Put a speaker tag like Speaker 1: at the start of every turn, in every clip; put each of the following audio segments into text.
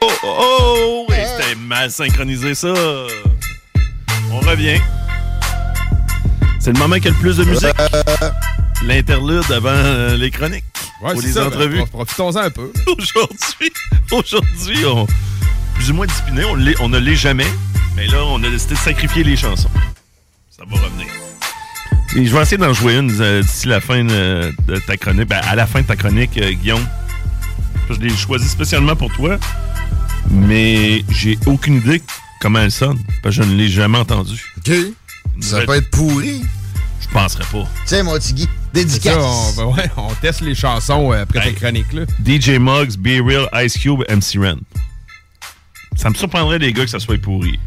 Speaker 1: Oh, oh, oh! Et C'était mal synchronisé, ça. On revient. C'est le moment qui a le plus de musique. L'interlude avant euh, les chroniques.
Speaker 2: Euh. Ouais,
Speaker 1: ou
Speaker 2: c'est
Speaker 1: les
Speaker 2: ça, ben,
Speaker 1: entrevues.
Speaker 2: prof- Profitons-en un peu.
Speaker 1: Aujourd'hui, aujourd'hui, on plus ou moins discipliné, on, l'est- on ne l'est jamais, mais là, on a décidé de sacrifier les chansons. Ça va revenir. Et je vais essayer d'en jouer une euh, d'ici la fin euh, de ta chronique, ben, à la fin de ta chronique, euh, Guillaume. Je l'ai choisi spécialement pour toi, mais j'ai aucune idée comment elle sonne, parce que je ne l'ai jamais entendue.
Speaker 3: OK. Ça
Speaker 1: Nouvelle-
Speaker 3: peut être pourri.
Speaker 1: Je penserais pas.
Speaker 3: Tiens, mon petit Guy,
Speaker 2: C'est
Speaker 3: dédicace.
Speaker 2: ça, on, va- ouais, on teste les chansons euh, après
Speaker 1: Hey.
Speaker 2: ta chronique. Là.
Speaker 1: DJ Muggs, Be Real, Ice Cube, MC Ren. Ça me surprendrait, les gars, que ça soit pourri.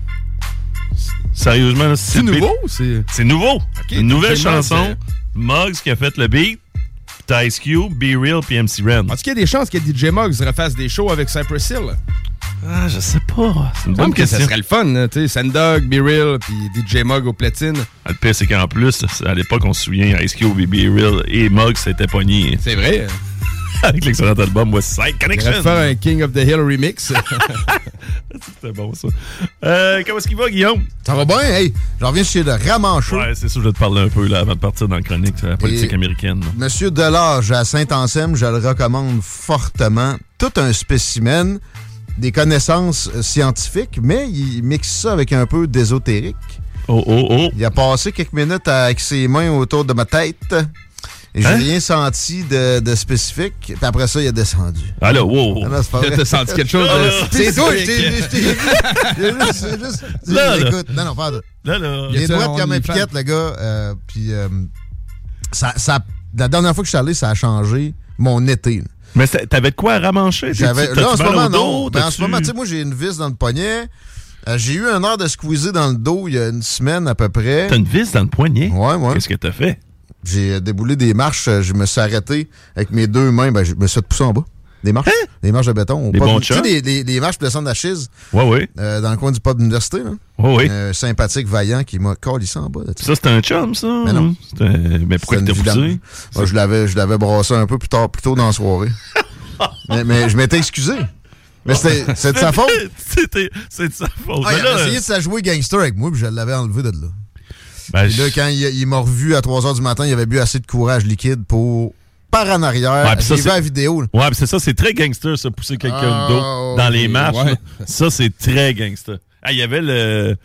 Speaker 1: S- Sérieusement, là, si
Speaker 2: C'est
Speaker 1: le beat-
Speaker 2: nouveau? C'est...
Speaker 1: C'est nouveau. Une nouvelle
Speaker 2: donc c'est Muggs,
Speaker 1: chanson.
Speaker 2: euh.
Speaker 1: Muggs qui a fait le beat. puis Ice Cube, Be Real, puis MC Ren.
Speaker 2: En tout cas, il y a des chances que DJ Muggs refasse des shows avec Cypress Hill.
Speaker 1: Ah, je sais pas. C'est une
Speaker 2: Comme
Speaker 1: bonne
Speaker 2: que ça
Speaker 1: question.
Speaker 2: serait le fun. là, tu sais, Sandog, Be Real, puis DJ Mugg au platine.
Speaker 1: Ah, Le pire, c'est qu'en plus, à l'époque, on se souvient, Ice Cube et Be Real et Muggs s'étaient pognés
Speaker 2: C'est vrai.
Speaker 1: avec l'excellent album West Side
Speaker 2: Il
Speaker 1: Connection.
Speaker 2: va faire un King of the Hill remix.
Speaker 1: C'était bon, ça. Euh, comment est-ce qu'il va, Guillaume?
Speaker 3: Ça va bien? Hey, j'en reviens chez le Ramanchou.
Speaker 1: Ouais, c'est sûr, je vais te parler un peu là, avant de partir dans la chronique sur la politique
Speaker 3: Et-
Speaker 1: américaine. là.
Speaker 3: Monsieur Delage à Saint-Anselme, je le recommande fortement. Tout un spécimen, des connaissances euh, scientifiques, mais il mixe ça avec un peu d'ésotérique.
Speaker 1: Oh, oh, oh.
Speaker 3: Il a passé quelques minutes avec ses mains autour de ma tête. Et j'ai
Speaker 1: Hein?
Speaker 3: rien senti de, de spécifique. Puis après ça, il a descendu.
Speaker 1: Allô, oh, wow.
Speaker 3: Ah non, c'est pas vrai.
Speaker 2: T'as senti quelque chose de...
Speaker 3: C'est toi, je t'ai vu, je t'ai vu. J'ai juste- j'ai juste-
Speaker 1: Là, là.
Speaker 3: Écoute, non, non, pardon.
Speaker 1: Là, là.
Speaker 3: Il est
Speaker 2: Y a-tu
Speaker 3: droit
Speaker 2: un
Speaker 3: comme un
Speaker 2: OnlyFans?
Speaker 3: piquette, le gars. euh, puis, euh, ça, ça- la dernière fois que je suis allé, ça a changé mon été. là.
Speaker 1: Mais c'est- t'avais de quoi à ramancher?
Speaker 3: J'avais,
Speaker 1: T'as-tu
Speaker 3: là, en ce
Speaker 1: mal au
Speaker 3: moment,
Speaker 1: dos?
Speaker 3: non. Ben, en
Speaker 1: T'as-tu-
Speaker 3: ce moment, tu sais, moi, j'ai une vis dans le poignet. Euh, j'ai eu un heure de squeezer dans le dos il y a une semaine à peu près.
Speaker 1: T'as une vis dans le poignet?
Speaker 3: Ouais, ouais.
Speaker 1: Qu'est-ce que t'as fait?
Speaker 3: J'ai déboulé des marches. euh, Je me suis arrêté avec mes deux mains. Ben, je me suis fait pousser en bas. Des marches. Des marches de béton. au
Speaker 1: Hein? Des
Speaker 3: pub.
Speaker 1: bons
Speaker 3: tu sais,
Speaker 1: chums?
Speaker 3: des, des- des marches pour descendre la chise
Speaker 1: Ouais, ouais.
Speaker 3: euh, dans le coin du pub d'université. là.
Speaker 1: Ouais, ouais.
Speaker 3: Un sympathique, vaillant, qui m'a collissé en bas. là, tu sais.
Speaker 1: Ça, c'était un chum, ça?
Speaker 3: Mais ben non.
Speaker 1: C'était- Mais pourquoi
Speaker 3: C'était
Speaker 1: t'as
Speaker 3: une vidange.
Speaker 1: poussé?
Speaker 3: Moi, je l'avais, je l'avais brassé un peu plus tard, plus tôt dans la soirée. mais, mais je m'étais excusé. Mais c'était, c'est de sa faute.
Speaker 1: C'était- C'est de sa faute.
Speaker 3: Ah,
Speaker 1: Mais
Speaker 3: il a
Speaker 1: là,
Speaker 3: essayé de se la jouer gangster avec moi, puis je l'avais enlevé de là.
Speaker 1: ben,
Speaker 3: Puis là,
Speaker 1: je-
Speaker 3: quand il, il m'a revu à 3 h du matin, il avait bu assez de courage liquide pour, par en arrière,
Speaker 1: Ouais, puis ça,
Speaker 3: arriver
Speaker 1: c'est-
Speaker 3: à Euh, la vidéo. là.
Speaker 1: Ouais, pis c'est ça, c'est très gangster, ça, pousser quelqu'un
Speaker 3: Ah,
Speaker 1: de dos dans les
Speaker 3: oui,
Speaker 1: marches.
Speaker 2: ouais.
Speaker 1: là. Ça, c'est très gangster. Ah, il y avait le.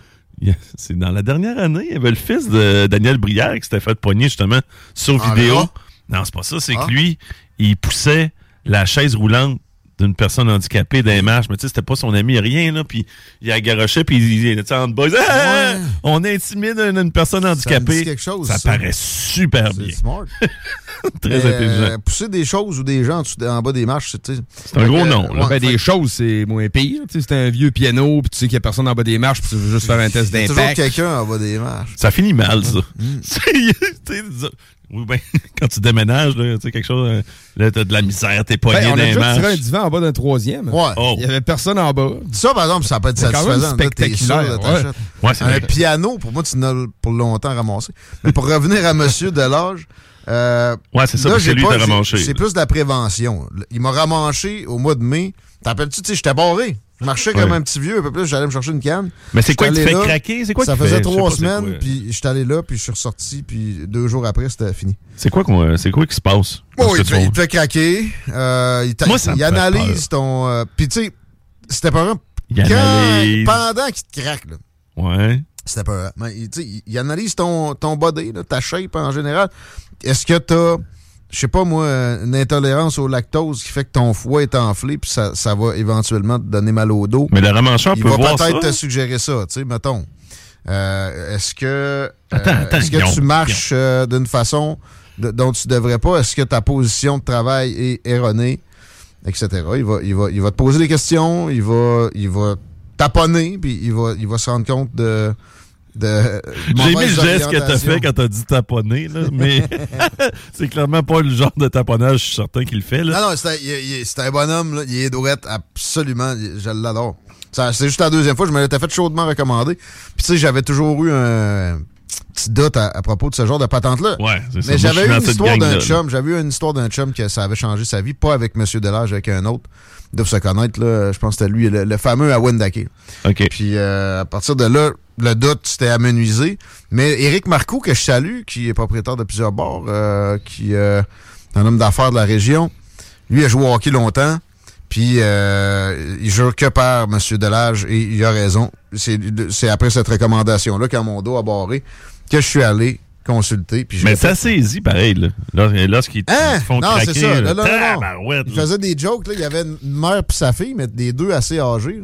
Speaker 1: il y a- C'est dans la dernière année, il y avait le fils de Daniel Brière qui s'était fait pogner, justement, sur
Speaker 3: En
Speaker 1: vidéo.
Speaker 3: rat?
Speaker 1: Non, c'est pas ça, c'est
Speaker 3: Ah.
Speaker 1: que lui, il poussait la chaise roulante d'une personne handicapée dans les marches, mais tu sais, c'était pas son ami, rien, là, puis il a garoché, puis il il était en bas, Ah, ah, ah, on intimide une, une personne handicapée.
Speaker 3: dit quelque chose,
Speaker 1: ça,
Speaker 3: ça.
Speaker 1: paraît super
Speaker 3: C'est
Speaker 1: Ah, bien,
Speaker 3: smart.
Speaker 1: très
Speaker 3: Mais,
Speaker 1: intelligent.
Speaker 3: euh, pousser des choses ou des gens en, dessous- en bas des marches, c'est, tu sais,
Speaker 1: C'est un gros
Speaker 3: euh,
Speaker 1: nom, là.
Speaker 3: ouais.
Speaker 2: Ben, des choses, c'est moins pire. Tu sais, c'est un vieux piano, puis tu sais qu'il y a personne en bas des marches, puis tu veux juste faire un test
Speaker 3: toujours
Speaker 2: d'impact.
Speaker 3: quelqu'un en bas des marches.
Speaker 1: Ça finit mal, ça. C'est- tu sais, ça- Oui, ben, quand tu déménages, là, tu sais, quelque chose, euh, là, t'as de la misère, t'es pogné
Speaker 2: Ben, on
Speaker 1: dans
Speaker 2: a
Speaker 1: les
Speaker 2: déjà tiré un
Speaker 1: marches.
Speaker 2: divan en bas d'un troisième.
Speaker 3: Ouais.
Speaker 1: Oh.
Speaker 2: Il y avait personne en bas.
Speaker 3: Dis Ça, par exemple, ça peut être
Speaker 2: C'est quand même
Speaker 3: satisfaisant. Là, t'es sûr,
Speaker 2: spectaculaire,
Speaker 3: là, t'achètes.
Speaker 1: ouais. Ouais, c'est
Speaker 3: un
Speaker 1: vrai.
Speaker 3: piano, pour moi, tu n'as pour longtemps ramassé. Mais pour revenir à Monsieur Delage, euh,
Speaker 1: Ouais, c'est ça,
Speaker 3: là,
Speaker 1: parce que
Speaker 3: j'ai
Speaker 1: lui,
Speaker 3: pas-
Speaker 1: il t'a
Speaker 3: c'est-
Speaker 1: ramanché,
Speaker 3: C'est
Speaker 1: là.
Speaker 3: plus de la prévention. Il m'a ramanché au mois de mai. T'appelles-tu, tu sais, j'étais barré. Je marchais comme
Speaker 1: Ouais.
Speaker 3: un petit vieux, un peu plus, j'allais me chercher une canne.
Speaker 1: Mais c'est
Speaker 3: J'étais
Speaker 1: quoi qui te
Speaker 3: allé
Speaker 1: fait
Speaker 3: là,
Speaker 1: craquer? C'est quoi
Speaker 3: Ça
Speaker 1: qui
Speaker 3: faisait
Speaker 1: fait- je sais
Speaker 3: trois
Speaker 1: pas c'est
Speaker 3: semaines,
Speaker 1: quoi.
Speaker 3: puis j'étais allé là, puis je suis ressorti, puis deux jours après, c'était fini.
Speaker 1: C'est quoi, qu'on- euh, c'est quoi qui se passe?
Speaker 3: Bon,
Speaker 1: Parce que
Speaker 3: il,
Speaker 1: tu
Speaker 3: fait-
Speaker 1: vas-
Speaker 3: il te fait craquer. euh, il t'a-
Speaker 1: Moi, ça me
Speaker 3: il
Speaker 1: fait
Speaker 3: analyse ton. euh, Puis, tu sais, c'était pas
Speaker 1: Il analyse.
Speaker 3: Pendant qu'il te craque, là,
Speaker 1: Ouais.
Speaker 3: c'était pas Mais, il- tu sais, il, il analyse ton, ton body, là, ta shape en général. Est-ce que t'as, je sais pas moi, une intolérance au lactose qui fait que ton foie est enflé, puis ça, ça va éventuellement te donner mal au dos?
Speaker 1: Mais le ramancheur
Speaker 3: il
Speaker 1: peut
Speaker 3: va
Speaker 1: voir ça.
Speaker 3: peut-être te suggérer ça, tu sais, mettons. Euh, est-ce que, euh,
Speaker 1: Attends, attends,
Speaker 3: est-ce que
Speaker 1: Guillaume,
Speaker 3: tu marches euh, d'une façon de- dont tu devrais pas? Est-ce que ta position de travail est erronée? Etc. Il va, il va, il va te poser des questions, il va, il va taponner, puis il va, il va se rendre compte de. de
Speaker 1: J'ai aimé
Speaker 3: mauvaises
Speaker 1: le geste que t'as
Speaker 3: orientations.
Speaker 1: fait quand t'as dit taponner, là, mais c'est clairement pas le genre de taponnage, je suis certain qu'il fait, là.
Speaker 3: Non, non, c'est un, il- il- c'est un bonhomme, là. il est dourette, absolument, Il- je l'adore. Ça, C'est juste la deuxième fois, je me l'étais fait chaudement recommander. Puis tu sais, j'avais toujours eu un petit doute à, à propos de ce genre de patente-là.
Speaker 1: Ouais, c'est ça. Moi,
Speaker 3: Mais
Speaker 1: je
Speaker 3: j'avais
Speaker 1: suis
Speaker 3: eu
Speaker 1: dans
Speaker 3: une
Speaker 1: cette
Speaker 3: histoire
Speaker 1: gang-là,
Speaker 3: d'un
Speaker 1: là.
Speaker 3: chum, j'avais eu une histoire d'un chum que ça avait changé sa vie, pas avec Monsieur Delage, avec un autre. Ils doivent se connaître, là, je pense que c'était lui, le, le fameux à Wendake.
Speaker 1: OK.
Speaker 3: Puis euh, à partir de là, le doute s'était amenuisé. Mais Éric Marcoux, que je salue, qui est propriétaire de plusieurs bars, euh, qui euh, est un homme d'affaires de la région, lui a joué au hockey longtemps. Puis euh, il jure que par M. Delage et il a raison. C'est c'est après cette recommandation-là, quand mon dos a barré, que je suis allé consulter. Puis j'ai
Speaker 1: Mais
Speaker 3: fait-
Speaker 1: ça saisit pareil, là. Lors- Lorsqu'ils te
Speaker 3: Hein?
Speaker 1: font
Speaker 3: non,
Speaker 1: craquer,
Speaker 3: c'est ça.
Speaker 1: là,
Speaker 3: Non, non, non, non.
Speaker 1: tabarouette,
Speaker 3: Il
Speaker 1: là.
Speaker 3: faisait des jokes. Là. Il y avait une mère et sa fille, mais des deux assez âgés.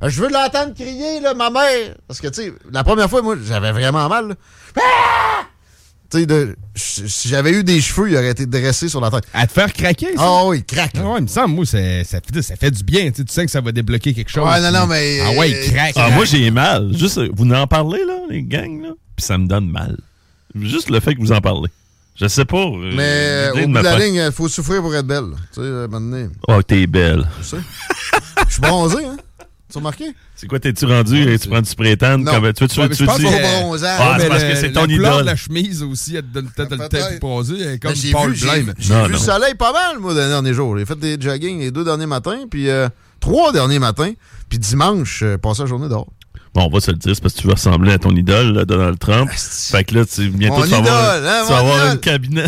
Speaker 3: là. Euh, Je veux l'entendre crier, là, ma mère. Parce que, tu sais, la première fois, moi, j'avais vraiment mal. là. Ah! Tu sais, de- si si j'avais eu des cheveux, il aurait été dressé sur la tête.
Speaker 2: À te faire craquer, ça.
Speaker 3: Ah oh, il craque. là.
Speaker 2: Ah ouais, il me semble, moi, ça, ça, fait- ça fait du bien. Tu sais, tu sens que ça va débloquer quelque chose.
Speaker 3: Ouais, non, non, mais- euh,
Speaker 2: Ah ouais, il craque.
Speaker 1: Ah,
Speaker 2: là.
Speaker 1: moi, j'ai mal. Juste, euh, vous en parlez, là, les gangs, là, puis ça me donne mal. Juste le fait que vous en parlez. Je sais pas. euh,
Speaker 3: Mais euh,
Speaker 1: l'idée
Speaker 3: au
Speaker 1: de
Speaker 3: bout
Speaker 1: ma
Speaker 3: de la
Speaker 1: part-
Speaker 3: ligne, il faut souffrir pour être belle. là. Tu sais, à un moment donné,
Speaker 1: Oh, t'es belle.
Speaker 3: tu sais. Je suis bronzé, hein? Tu as remarqué?
Speaker 1: C'est quoi, t'es-tu rendu? et tu prends du prétane?
Speaker 3: Non.
Speaker 1: Comme, tu veux, tu,
Speaker 3: Ouais,
Speaker 1: veux-
Speaker 3: mais
Speaker 1: tu
Speaker 3: je pense
Speaker 1: dis-
Speaker 3: au bronzage.
Speaker 1: Ah,
Speaker 3: Ouais,
Speaker 1: c'est
Speaker 2: Mais
Speaker 1: parce
Speaker 2: Euh, le-
Speaker 1: que c'est
Speaker 2: la
Speaker 1: ton
Speaker 2: couleur de
Speaker 1: idole.
Speaker 2: la chemise aussi, elle te donne peut-être le
Speaker 3: Peut-être.
Speaker 2: tête bronzée, elle est comme
Speaker 3: Mais Ben, j'ai
Speaker 2: Paul
Speaker 3: vu, j'ai-
Speaker 2: Blame.
Speaker 3: j'ai
Speaker 1: Non,
Speaker 3: vu
Speaker 1: non.
Speaker 3: le soleil pas mal, moi, les derniers jours. J'ai fait des jogging les deux derniers matins, puis euh, trois derniers matins. Puis dimanche, euh, passé la journée dehors.
Speaker 1: Bon, on va se le dire, c'est parce que tu veux ressembler à ton idole, là, Donald Trump. Fait que là, tu, bientôt,
Speaker 3: Ah, Mon
Speaker 1: tu vas avoir,
Speaker 3: idole, hein,
Speaker 1: tu vas
Speaker 3: mon
Speaker 1: avoir
Speaker 3: idole.
Speaker 1: une cabinet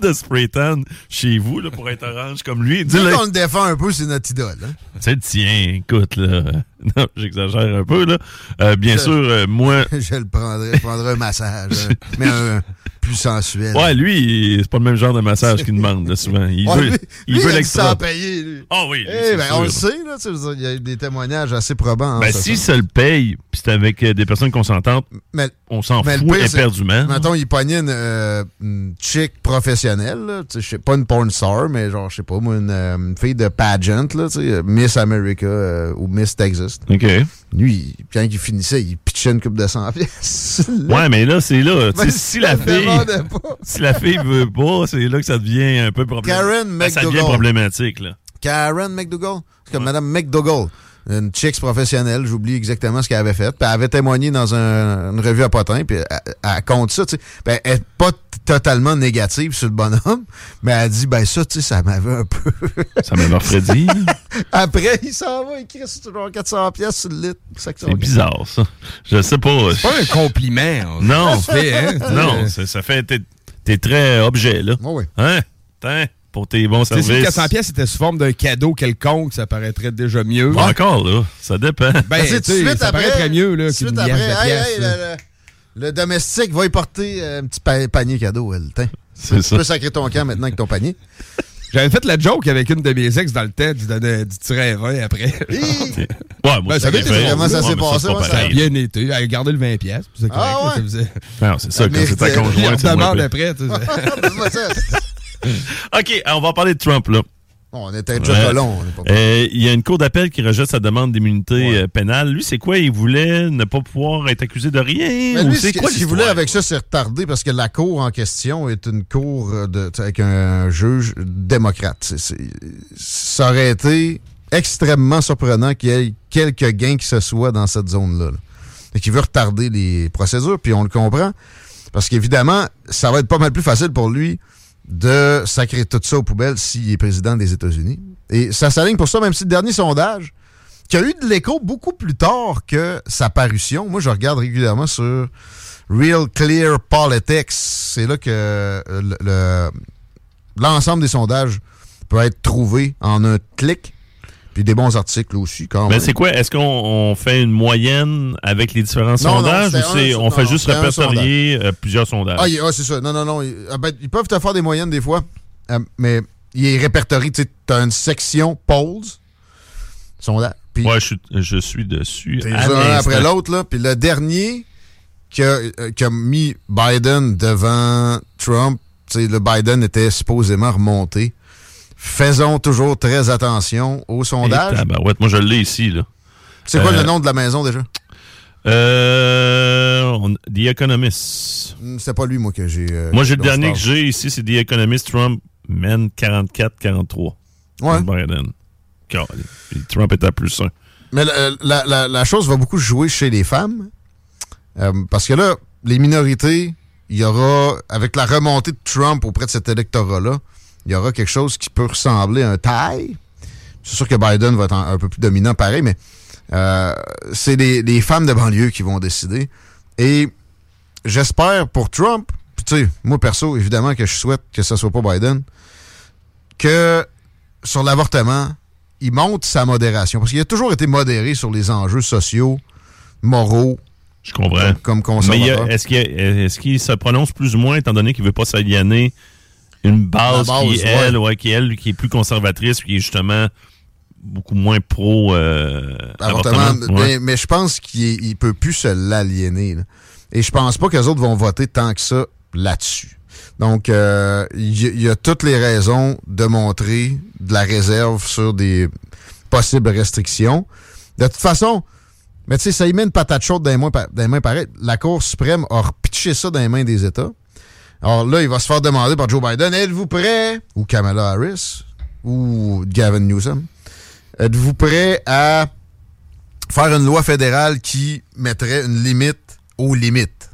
Speaker 1: de spray tan chez vous, là, pour être orange comme lui.
Speaker 3: Dis
Speaker 1: Dis-le.
Speaker 3: qu'on le défend un peu, c'est notre idole. hein.
Speaker 1: C'est le tien, écoute, là. Non, j'exagère un peu, là. Euh, bien sûr, euh, moi,
Speaker 3: Je le prendrais, je prendrais un massage, hein, mais un plus sensuel.
Speaker 1: Ouais, lui, il- c'est pas le même genre de massage qu'il demande, là, souvent. Il
Speaker 3: Ouais,
Speaker 1: veut,
Speaker 3: lui-
Speaker 1: il
Speaker 3: lui,
Speaker 1: veut
Speaker 3: aime
Speaker 1: l'extra.
Speaker 3: sans payer, lui.
Speaker 1: Ah oui, lui,
Speaker 3: Eh
Speaker 1: c'est
Speaker 3: ben,
Speaker 1: sûr.
Speaker 3: on le sait, là, tu sais, je veux dire, il y a eu des témoignages assez probants. hein,
Speaker 1: Ben,
Speaker 3: ça,
Speaker 1: si
Speaker 3: ça.
Speaker 1: ça le paye, puis c'est avec euh, des personnes consentantes,
Speaker 3: Mais-
Speaker 1: on s'en
Speaker 3: mais
Speaker 1: fout
Speaker 3: le pire, c'est-
Speaker 1: éperdument.
Speaker 3: Mettons, il pognait une, euh, une chick professionnelle, là, tu sais, je sais pas une porn star, mais genre, je sais pas, moi, une, euh, une fille de pageant, là, tu sais, euh, Miss America euh, ou Miss Texas.
Speaker 1: OK.
Speaker 3: Lui, il- quand il finissait, il pitchait une coupe de 100 pièces.
Speaker 1: Ouais, mais là, c'est là. Tu sais,
Speaker 3: Ben,
Speaker 1: si
Speaker 3: je
Speaker 1: la
Speaker 3: te
Speaker 1: fille.
Speaker 3: demandais pas.
Speaker 1: Si la fille veut pas, c'est là que ça devient un peu problématique.
Speaker 3: Karen
Speaker 1: Ben, ça devient
Speaker 3: McDougall.
Speaker 1: problématique, là.
Speaker 3: Karen McDougall. C'est comme Madame McDougall. Une chicks professionnelle, j'oublie exactement ce qu'elle avait fait. Puis elle avait témoigné dans un- une revue à Potin, puis elle, elle compte ça, tu sais. Ben, elle est pas t- totalement négative sur le bonhomme, mais elle dit, ben ça, tu sais, ça m'avait un peu...
Speaker 1: Ça m'a refroidi.
Speaker 3: Après, il s'en va, il crie sur toujours 400 pièces sur le lit. C'est
Speaker 1: C'est bizarre, ça. Je sais pas.
Speaker 2: Pas un compliment. on
Speaker 1: Non.
Speaker 2: se fait, hein, tu sais.
Speaker 1: Non, c'est- ça fait. T'es t'es très objet, là.
Speaker 3: Oh oui.
Speaker 1: Hein? Tiens, pour tes bons
Speaker 2: Tu sais,
Speaker 1: services.
Speaker 2: Si le 400 pièces était sous forme d'un cadeau quelconque, ça paraîtrait déjà mieux.
Speaker 1: Bon, Encore, là. Ça dépend.
Speaker 2: Ben, tu sais, ça paraîtrait mieux là,
Speaker 3: suite
Speaker 2: qu'une
Speaker 3: après,
Speaker 2: liasse de
Speaker 3: hey,
Speaker 2: pièces.
Speaker 3: hey,
Speaker 2: là.
Speaker 3: le, le- le domestique va y porter euh, un petit pa- panier cadeau, elle. Tiens.
Speaker 1: C'est
Speaker 3: Tu
Speaker 1: ça.
Speaker 3: peux sacrer ton camp maintenant avec ton panier.
Speaker 2: J'avais fait la joke avec une de mes ex dans le tête, je donnais du tirer 20 après.
Speaker 1: Ouais, moi,
Speaker 2: Ben, ça
Speaker 1: je l'ai
Speaker 2: dépend
Speaker 1: fait.
Speaker 2: comment ça
Speaker 1: Ouais,
Speaker 3: s'est
Speaker 1: mais
Speaker 3: passé,
Speaker 1: c'est pas
Speaker 3: ouais, ça-
Speaker 2: Ça a
Speaker 1: pareil.
Speaker 2: bien été. Elle a gardé le 20 pièces, puis c'est correct.
Speaker 3: Ah
Speaker 2: là,
Speaker 3: ouais?
Speaker 2: ça faisait...
Speaker 1: Non, c'est ça, quand c'est ta
Speaker 3: Puis on
Speaker 1: conjointe,
Speaker 2: Puis on
Speaker 1: c'est
Speaker 2: te
Speaker 1: moins
Speaker 2: demande
Speaker 1: pire.
Speaker 2: après, tu sais.
Speaker 3: Dis-moi ça.
Speaker 1: OK, on va parler de Trump, là.
Speaker 3: On était déjà
Speaker 1: Ouais.
Speaker 3: colons. on est pas-
Speaker 1: Euh, Il y a une cour d'appel qui rejette sa demande d'immunité euh, pénale. Lui, c'est quoi? Il voulait ne pas pouvoir être accusé de rien?
Speaker 3: Mais
Speaker 1: Ou
Speaker 3: lui,
Speaker 1: c'est
Speaker 3: ce que-
Speaker 1: quoi
Speaker 3: ce qu'il
Speaker 1: l'histoire?
Speaker 3: voulait avec ça, c'est retardé parce que la cour en question est une cour euh, de, t'sais, avec un juge démocrate. C'est- c'est- ça aurait été extrêmement surprenant qu'il y ait quelques gains qui se soient dans cette zone-là. là. Fait qu'il veut retarder les procédures, puis on le comprend. Parce qu'évidemment, ça va être pas mal plus facile pour lui de sacrer tout ça aux poubelles s'il est président des États-Unis. Et ça s'aligne pour ça, même si le dernier sondage, qui a eu de l'écho beaucoup plus tard que sa parution, moi je regarde régulièrement sur Real Clear Politics, c'est là que euh, le- le- l'ensemble des sondages peut être trouvé en un clic, puis des bons articles aussi quand
Speaker 1: Ben,
Speaker 3: même.
Speaker 1: c'est quoi? Est-ce qu'on on fait une moyenne avec les différents
Speaker 3: Non, non,
Speaker 1: sondages
Speaker 3: c'était
Speaker 1: ou c'est
Speaker 3: un-
Speaker 1: on fait
Speaker 3: non,
Speaker 1: juste
Speaker 3: c'était un
Speaker 1: répertorier euh, plusieurs sondages?
Speaker 3: Ah, il- ah, c'est ça. Non, non, non. Il- ah, ben, ils peuvent te faire des moyennes des fois, Euh, mais il est répertorié. Tu as une section polls, sondage, puis
Speaker 1: ouais, je suis, je suis dessus. Ah,
Speaker 3: t'es
Speaker 1: à
Speaker 3: un
Speaker 1: l'instant.
Speaker 3: après l'autre. là. Puis le dernier qui a, euh, qui a mis Biden devant Trump, tu sais, le Biden était supposément remonté. Faisons toujours très attention aux
Speaker 1: Eh,
Speaker 3: sondages.
Speaker 1: tabarouette, moi, je l'ai ici. Là.
Speaker 3: C'est quoi
Speaker 1: euh,
Speaker 3: le nom de la maison déjà?
Speaker 1: Euh, on- The Economist.
Speaker 3: Hmm, C'est pas lui, moi, que j'ai. euh,
Speaker 1: moi, j'ai le
Speaker 3: dont je
Speaker 1: dernier que
Speaker 3: parle.
Speaker 1: j'ai ici, c'est The Economist Trump Men 44-43.
Speaker 3: Ouais.
Speaker 1: Biden. Car- puis Trump est à plus 1.
Speaker 3: Mais la, la- la- la chose va beaucoup jouer chez les femmes. Euh, parce que là, les minorités, il y aura, avec la remontée de Trump auprès de cet électorat-là, il y aura quelque chose qui peut ressembler à un taille. C'est sûr que Biden va être en- un peu plus dominant pareil, mais euh, c'est les, les femmes de banlieue qui vont décider. Et j'espère pour Trump, puis tu sais, moi perso, évidemment que je souhaite que ce soit pas Biden, que sur l'avortement, il monte sa modération. Parce qu'il a toujours été modéré sur les enjeux sociaux, moraux,
Speaker 1: Je comprends.
Speaker 3: comme
Speaker 1: Mais il y
Speaker 3: conservateur.
Speaker 1: a- est-ce qu'il y a- est-ce qu'il se prononce plus ou moins, étant donné qu'il veut pas s'aliéner une base,
Speaker 3: La base,
Speaker 1: qui,
Speaker 3: ouais.
Speaker 1: elle, ouais, qui, elle, qui est plus conservatrice, qui est justement beaucoup moins pro euh,
Speaker 3: Avortement,
Speaker 1: avortement, ouais.
Speaker 3: mais, mais je pense qu'il ne peut plus se l'aliéner. là. Et je pense pas que les autres vont voter tant que ça là-dessus. Donc, euh, il y, il y a toutes les raisons de montrer de la réserve sur des possibles restrictions. De toute façon, mais tu sais, ça y met une patate chaude dans les mains, pa- dans les mains pareilles. La Cour suprême a repitché ça dans les mains des États. Alors là, il va se faire demander par Joe Biden, êtes-vous prêt? Ou Kamala Harris? Ou Gavin Newsom? Êtes-vous prêt à faire une loi fédérale qui mettrait une limite aux limites?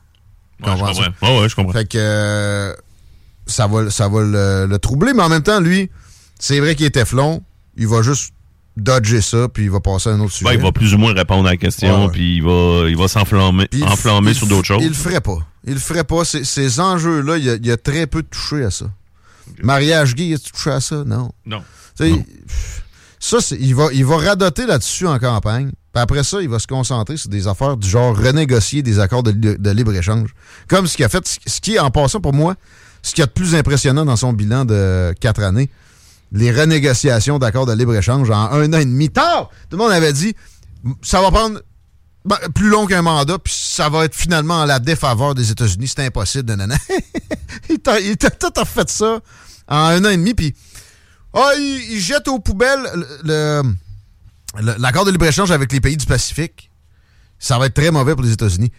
Speaker 1: Ouais, je
Speaker 3: Convention.
Speaker 1: comprends. Ouais, ouais, je comprends.
Speaker 3: Fait que euh, ça va, ça va le, le troubler, mais en même temps, lui, c'est vrai qu'il est Teflon. Il va juste dodger ça, puis il va passer à un autre sujet.
Speaker 1: Ouais, Ben, il va plus ou moins répondre à la
Speaker 3: Ouais,
Speaker 1: question,
Speaker 3: ouais.
Speaker 1: puis il va, il va s'enflammer
Speaker 3: Puis il f-
Speaker 1: enflammer
Speaker 3: il
Speaker 1: sur
Speaker 3: f-
Speaker 1: d'autres
Speaker 3: Il le
Speaker 1: choses.
Speaker 3: ferait pas. Il le ferait pas. Ces, ces enjeux-là, il y a, il y a très peu touché à ça. Mariage gay, est-ce touché à ça? Non.
Speaker 1: Non.
Speaker 3: Tu sais,
Speaker 1: Non.
Speaker 3: pff, ça, c'est- il va, il va radoter là-dessus en campagne. Puis après ça, il va se concentrer sur des affaires du genre renégocier des accords de, li- de libre-échange. Comme ce qu'il a fait, ce- ce qui est en passant pour moi, ce qu'il y a de plus impressionnant dans son bilan de quatre années, les renégociations d'accords de libre-échange en un an et demi. Tard! Tout le monde avait dit, ça va prendre ben, plus long qu'un mandat, puis ça va être finalement en la défaveur des États-Unis. C'est impossible, nanana. il t'a il t'a tout refait ça en un an et demi, puis ah, il, il jette aux poubelles le- le- le- l'accord de libre-échange avec les pays du Pacifique. Ça va être très mauvais pour les États-Unis.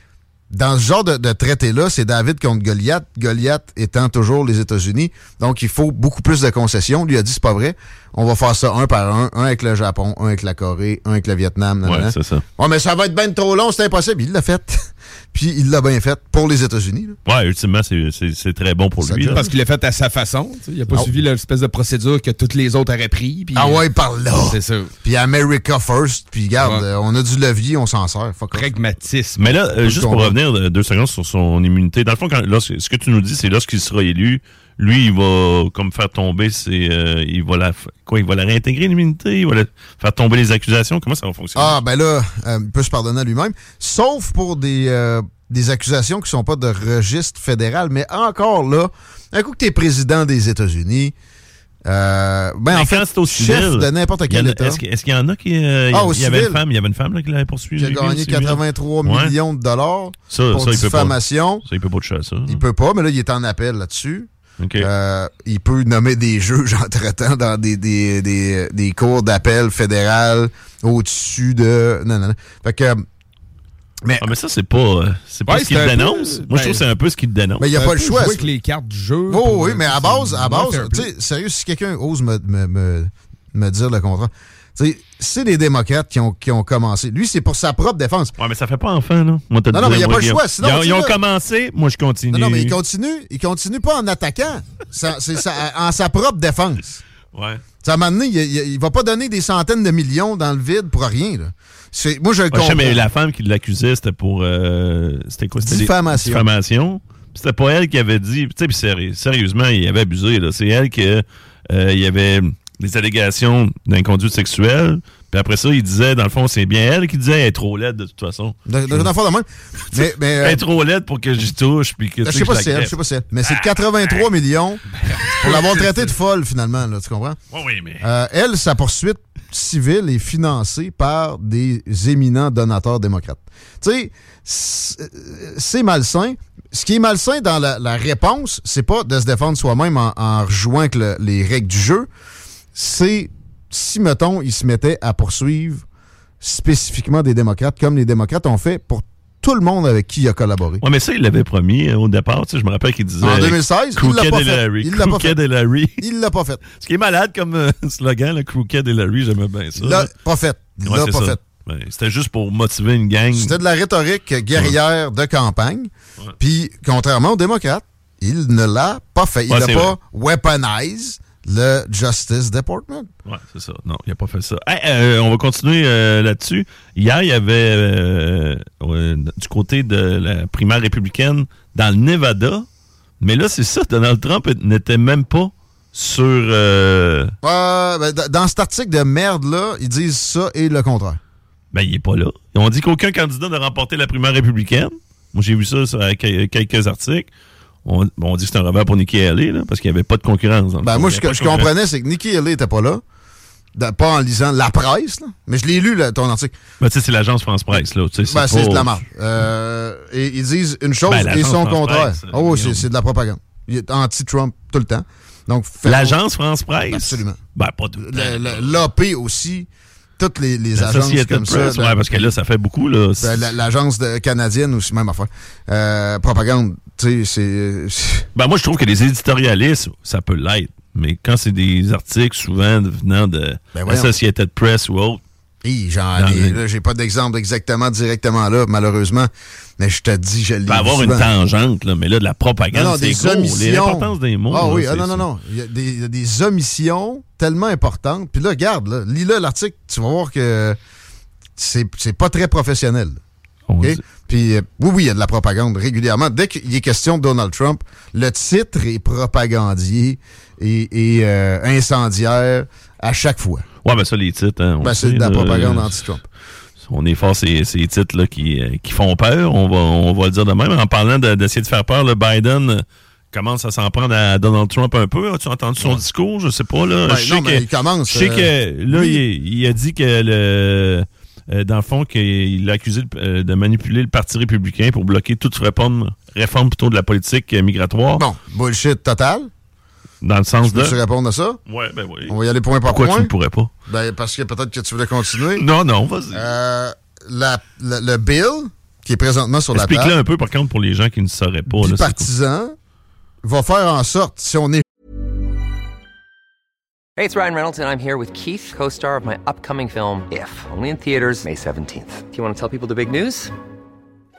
Speaker 3: Dans ce genre de, de traité-là, c'est David contre Goliath. Goliath étant toujours les États-Unis. Donc, il faut beaucoup plus de concessions. Lui a dit, c'est pas vrai. On va faire ça un par un. Un avec le Japon, un avec la Corée, un avec le Vietnam. nanana.
Speaker 1: Ouais, c'est ça.
Speaker 3: Ouais, mais ça va être bien trop long, c'est impossible. Il l'a fait. Puis il l'a bien fait pour les États-Unis. là.
Speaker 1: Ouais, ultimement, c'est- c'est c'est très bon pour
Speaker 3: Ça
Speaker 1: lui.
Speaker 3: joue
Speaker 1: là.
Speaker 2: Parce qu'il l'a fait à sa façon. tu sais. Il a pas
Speaker 3: Ah.
Speaker 2: suivi l'espèce de procédure que toutes les autres auraient pris. puis- euh,
Speaker 3: Ah ouais, par là.
Speaker 2: C'est ça.
Speaker 3: Puis America first. Puis regarde,
Speaker 2: Ouais.
Speaker 3: euh, on a du levier, on s'en sert. Fuck off.
Speaker 2: Pragmatisme.
Speaker 1: Mais là, euh, juste pour
Speaker 3: comprends.
Speaker 1: revenir euh, deux secondes sur son immunité, dans le fond, quand, lorsque- ce que tu nous dis, c'est lorsqu'il sera élu, lui, il va comme faire tomber ses, euh, il va la, f- quoi, il va la réintégrer l'immunité, il va la- faire tomber les accusations. Comment ça va fonctionner
Speaker 3: Ah, ben là, euh, il peut se pardonner à lui-même. Sauf pour des, euh, des accusations qui sont pas de registre fédéral. Mais encore là, un coup que t'es président des États-unis, euh,
Speaker 1: Mais
Speaker 3: ben en
Speaker 1: quand
Speaker 3: fait,
Speaker 1: c'est au
Speaker 3: chef
Speaker 1: civil,
Speaker 3: de n'importe
Speaker 1: Il y en
Speaker 3: quel
Speaker 1: a-
Speaker 3: État.
Speaker 1: Est-ce que- est-ce qu'il y en a qui, euh,
Speaker 3: Ah, au
Speaker 1: il y avait une
Speaker 3: civil.
Speaker 1: femme, il y avait une femme là, qui l'avait poursuivi.
Speaker 3: Qui a
Speaker 1: lui, au
Speaker 3: gagné
Speaker 1: civil.
Speaker 3: 83
Speaker 1: Ouais.
Speaker 3: millions de dollars
Speaker 1: Ça,
Speaker 3: pour
Speaker 1: ça, il peut pas. Mm.
Speaker 3: diffamation.
Speaker 1: Ça, il peut pas toucher à ça.
Speaker 3: Il peut pas, mais là, il est en appel là-dessus.
Speaker 1: OK.
Speaker 3: Euh, il peut nommer des juges entre-temps dans des, des, des, des cours d'appel fédéral au-dessus de... Non, non, non. Fait que... Mais
Speaker 1: Ah, mais ça, c'est pas, euh, c'est pas
Speaker 2: Ouais,
Speaker 1: ce qu'il
Speaker 2: c'est un peu-
Speaker 1: dénonce. Moi, je trouve
Speaker 2: ben-
Speaker 1: que c'est un peu ce qu'il dénonce.
Speaker 3: mais il n'y a
Speaker 2: Un
Speaker 3: pas le
Speaker 2: peu
Speaker 3: choix.
Speaker 2: jouer avec les cartes du jeu.
Speaker 3: Oh,
Speaker 2: pour,
Speaker 3: oui,
Speaker 2: euh,
Speaker 3: mais à
Speaker 2: c'est
Speaker 3: base, à
Speaker 2: moins
Speaker 3: base,
Speaker 2: fair
Speaker 3: tu
Speaker 2: play.
Speaker 3: sais, sérieux, si quelqu'un ose me, me, me, me dire le contraire, tu sais, c'est les démocrates qui ont, qui ont commencé. Lui, c'est pour sa propre défense.
Speaker 1: Ouais, mais ça fait pas enfant, là. Moi, te le
Speaker 3: Non, non,
Speaker 1: dirais,
Speaker 3: mais y a
Speaker 1: moi,
Speaker 3: pas le
Speaker 1: Guillaume.
Speaker 3: choix, sinon,
Speaker 1: Ils ont,
Speaker 3: tu
Speaker 1: ils ont
Speaker 3: vas-
Speaker 1: commencé, moi, je continue.
Speaker 3: Non, non, mais il continue. Il continue pas en attaquant. Ça- C'est ça, en sa propre défense.
Speaker 1: Ouais.
Speaker 3: Ça, à un moment donné, il, il- il va pas donner des centaines de millions dans le vide pour rien. Là. C'est- Moi, je le
Speaker 1: Ouais, Ah, je sais,
Speaker 3: comprends.
Speaker 1: mais la femme qui l'accusait, c'était pour. euh, c'était quoi C'était des-
Speaker 3: Diffamation.
Speaker 1: diffamation. Puis C'était pas elle qui avait dit. Tu sais, puis séri- sérieusement, il avait abusé. là. C'est elle qui. euh, il y avait des allégations d'inconduite sexuelle. Puis après ça, il disait, dans le fond, c'est bien elle qui disait, elle est trop laide de toute façon.
Speaker 3: De- de- d'en faire de même. Mais, mais, euh,
Speaker 1: Elle est trop laide pour que j'y touche. Puis que, tu
Speaker 3: je
Speaker 1: que
Speaker 3: sais pas
Speaker 1: la
Speaker 3: si c'est elle,
Speaker 1: crève.
Speaker 3: je sais pas si c'est elle. Mais c'est 83 millions pour l'avoir traité de folle, finalement, là, tu comprends?
Speaker 1: Ouais, oui, mais.
Speaker 3: Euh, elle, sa poursuite civile est financée par des éminents donateurs démocrates. Tu sais, c'est- c'est malsain. Ce qui est malsain dans la, la réponse, c'est pas de se défendre soi-même en, en rejouant avec le- les règles du jeu. C'est si, mettons, ils se mettaient à poursuivre spécifiquement des démocrates, comme les démocrates ont fait pour tout le monde avec qui il a collaboré.
Speaker 1: Ouais, mais ça, il l'avait promis euh, au départ. Tu sais, je me rappelle qu'il disait.
Speaker 3: En 2016, il l'a
Speaker 1: Crooked
Speaker 3: pas fait.
Speaker 1: Hillary.
Speaker 3: Il l'a pas
Speaker 1: Crooked
Speaker 3: fait.
Speaker 1: Hillary.
Speaker 3: Il l'a pas fait.
Speaker 1: Ce qui est malade comme euh, slogan, le Crooked Hillary, j'aimais bien ça.
Speaker 3: Il l'a pas fait. Il
Speaker 1: Ouais,
Speaker 3: l'a
Speaker 1: c'est
Speaker 3: pas
Speaker 1: ça.
Speaker 3: fait.
Speaker 1: Ouais, C'était juste pour motiver une gang.
Speaker 3: C'était de la rhétorique guerrière de campagne. Puis, contrairement aux démocrates, il ne l'a pas fait. Il
Speaker 1: Ouais,
Speaker 3: n'a
Speaker 1: c'est
Speaker 3: pas weaponized le Justice Department.
Speaker 1: Ouais, c'est ça. Non, il n'a pas fait ça. Hey, euh, on va continuer euh, là-dessus. Hier, il y avait euh, euh, du côté de la primaire républicaine dans le Nevada. Mais là, c'est ça. Donald Trump n'était même pas sur. euh,
Speaker 3: Euh, ben, d- dans cet article de merde-là, ils disent ça et le contraire.
Speaker 1: Ben, il n'est pas là. On dit qu'aucun candidat n'a remporté la primaire républicaine. Moi, j'ai vu ça sur euh, que- quelques articles. On, bon, on dit que c'est un revers pour Nikki Haley, là, parce qu'il n'y avait pas de concurrence. dans le
Speaker 3: Ben,
Speaker 1: fond.
Speaker 3: moi,
Speaker 1: Il y
Speaker 3: ce
Speaker 1: avait
Speaker 3: que
Speaker 1: pas
Speaker 3: je
Speaker 1: de concurrence.
Speaker 3: comprenais, c'est que Nikki Haley n'était pas là. De- pas en lisant la presse, là. mais je l'ai lu, là, ton article.
Speaker 1: Ben, tu sais, c'est l'agence France Presse, là. tu sais,
Speaker 3: Ben, c'est
Speaker 1: pas-
Speaker 3: de la merde. Euh, et ils disent une chose
Speaker 1: Ben,
Speaker 3: et son
Speaker 1: l'agence en
Speaker 3: contraire.
Speaker 1: presse,
Speaker 3: Oh,
Speaker 1: Guillaume.
Speaker 3: c'est c'est de la propagande. Il est anti-Trump tout le temps. Donc, faites-
Speaker 1: L'agence France Presse?
Speaker 3: Absolument.
Speaker 1: Ben, pas tout. le
Speaker 3: le-
Speaker 1: temps.
Speaker 3: le- l'AP aussi, toutes les, les
Speaker 1: La
Speaker 3: agences
Speaker 1: Associated
Speaker 3: comme
Speaker 1: Press,
Speaker 3: ça.
Speaker 1: ouais,
Speaker 3: la-
Speaker 1: parce que là, ça fait beaucoup, là.
Speaker 3: la- la- L'agence de- canadienne aussi, même affaire. Euh, propagande, tu sais, c'est.
Speaker 1: Ben, moi, je trouve que les éditorialistes, ça peut l'être. Mais quand c'est des articles, souvent, venant de
Speaker 3: Ben, voyons.
Speaker 1: Associated Press ou autre,
Speaker 3: Hi, j'en
Speaker 1: Non,
Speaker 3: ai-
Speaker 1: mais-
Speaker 3: là, j'ai pas d'exemple exactement directement là, malheureusement. Mais je te dis, je l'ai
Speaker 1: peut Ben, avoir une
Speaker 3: souvent.
Speaker 1: tangente, là. Mais là, de la propagande,
Speaker 3: Non, non,
Speaker 1: c'est
Speaker 3: des
Speaker 1: gros. Les-
Speaker 3: omissions.
Speaker 1: L'importance des mots.
Speaker 3: Ah
Speaker 1: là,
Speaker 3: oui, ah
Speaker 1: c'est-
Speaker 3: non, non, non. Il y, a des, il y a des omissions tellement importantes. Puis là, regarde, là, lis-le l'article, tu vas voir que c'est c'est pas très professionnel.
Speaker 1: on
Speaker 3: OK?
Speaker 1: dit-
Speaker 3: Puis, euh, oui, oui, il y a de la propagande régulièrement. Dès qu'il est question de Donald Trump, le titre est propagandier et, et, euh, incendiaire à chaque fois.
Speaker 1: Ouais, ben ça, les titres. Hein, on
Speaker 3: Ben, c'est
Speaker 1: sait,
Speaker 3: de la
Speaker 1: là,
Speaker 3: propagande
Speaker 1: euh,
Speaker 3: anti-Trump.
Speaker 1: On est fort, ces, ces titres-là qui, euh, qui font peur. On va, on va le dire de même. En parlant de- d'essayer de, faire peur, le Biden euh, commence à s'en prendre à Donald Trump un peu. As-tu entendu son discours? Je sais pas. Là. je
Speaker 3: Ouais,
Speaker 1: sais
Speaker 3: Ben, non, mais
Speaker 1: que-
Speaker 3: il commence,
Speaker 1: Je sais
Speaker 3: euh,
Speaker 1: que là, il, il a dit que le. euh, dans le fond, qu'il l'a accusé de, euh, de manipuler le Parti républicain pour bloquer toute réforme, réforme plutôt de la politique euh, migratoire.
Speaker 3: Bon, bullshit total.
Speaker 1: Dans le sens de.
Speaker 3: Peux-tu répondre à ça?
Speaker 1: Ouais, ben oui.
Speaker 3: On va y aller point par
Speaker 1: Pourquoi tu
Speaker 3: point.
Speaker 1: ne pourrais pas?
Speaker 3: Ben, parce que peut-être que tu voulais continuer.
Speaker 1: Non, non, vas-y.
Speaker 3: Euh, la- le, le bill, qui est présentement sur la
Speaker 1: Explique-le
Speaker 3: table,
Speaker 1: un peu, par contre, pour les gens qui ne sauraient pas. là, c'est quoi.
Speaker 3: bipartisan, va faire en sorte, si on est
Speaker 4: Hey, it's Ryan Reynolds, and I'm here with Keith, co star of my upcoming film, If, only in theaters, May 17th. Do you want to tell people the big news?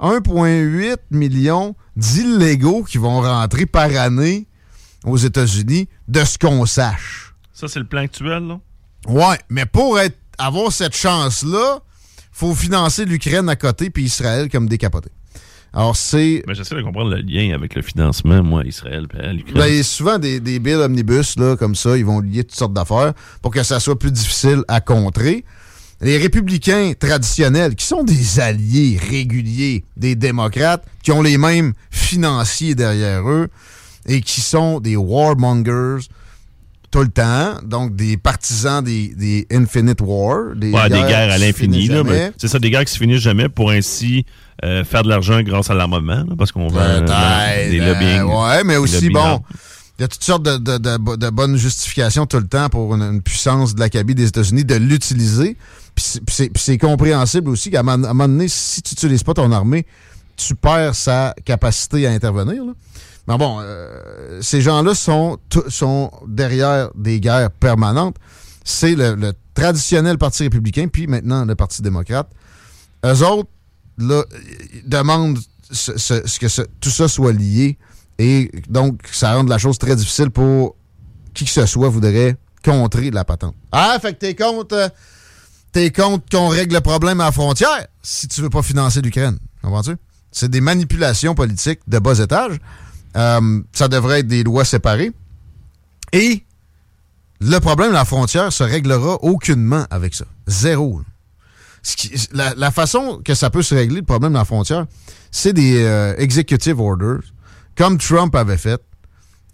Speaker 3: 1,8 million d'illégaux qui vont rentrer par année aux États-Unis, de ce qu'on sache.
Speaker 1: Ça, c'est le plan actuel, là.
Speaker 3: Ouais, mais pour être, avoir cette chance-là, faut financer l'Ukraine à côté puis Israël comme décapoté. Alors, c'est
Speaker 1: Mais Ben, j'essaie de comprendre le lien avec le financement, moi, Israël, puis à l'Ukraine.
Speaker 3: Ben, il y a souvent des, des bills omnibus, là, comme ça, ils vont lier toutes sortes d'affaires pour que ça soit plus difficile à contrer. Les républicains traditionnels, qui sont des alliés réguliers des démocrates, qui ont les mêmes financiers derrière eux et qui sont des warmongers tout le temps, donc des partisans des, des Infinite War, des,
Speaker 1: Ouais, des guerres à
Speaker 3: qui se
Speaker 1: l'infini.
Speaker 3: finissent
Speaker 1: là,
Speaker 3: jamais.
Speaker 1: mais C'est ça, des guerres qui se finissent jamais pour ainsi euh, faire de l'argent grâce à l'armement, là, parce qu'on vend euh,
Speaker 3: Peut-être,
Speaker 1: des
Speaker 3: euh,
Speaker 1: lobbying.
Speaker 3: ouais, mais
Speaker 1: des
Speaker 3: aussi,
Speaker 1: lobbying
Speaker 3: bon,
Speaker 1: armes.
Speaker 3: il y a toutes sortes de, de- de- de bonnes justifications tout le temps pour une, une puissance de la cabine des États-Unis de l'utiliser. Puis c'est- puis c'est- puis c'est compréhensible aussi qu'à un moment à un moment donné, si tu n'utilises pas ton armée, tu perds sa capacité à intervenir. là. Mais bon, euh, ces gens-là sont, tou- sont derrière des guerres permanentes. C'est le, le traditionnel Parti républicain, puis maintenant le Parti démocrate. Eux autres, là, ils demandent ce, ce- ce que ce- tout ça soit lié. Et donc, ça rend la chose très difficile pour qui que ce soit voudrait contrer la patente. Ah, fait que t'es contre, euh, t'es contre qu'on règle le problème à la frontière si tu veux pas financer l'Ukraine. Comprends-tu? C'est des manipulations politiques de bas étage. Euh, ça devrait être des lois séparées. Et le problème de la frontière se réglera aucunement avec ça. Zéro. là. Ce qui- la, la façon que ça peut se régler, le problème de la frontière, c'est des euh, executive orders, comme Trump avait fait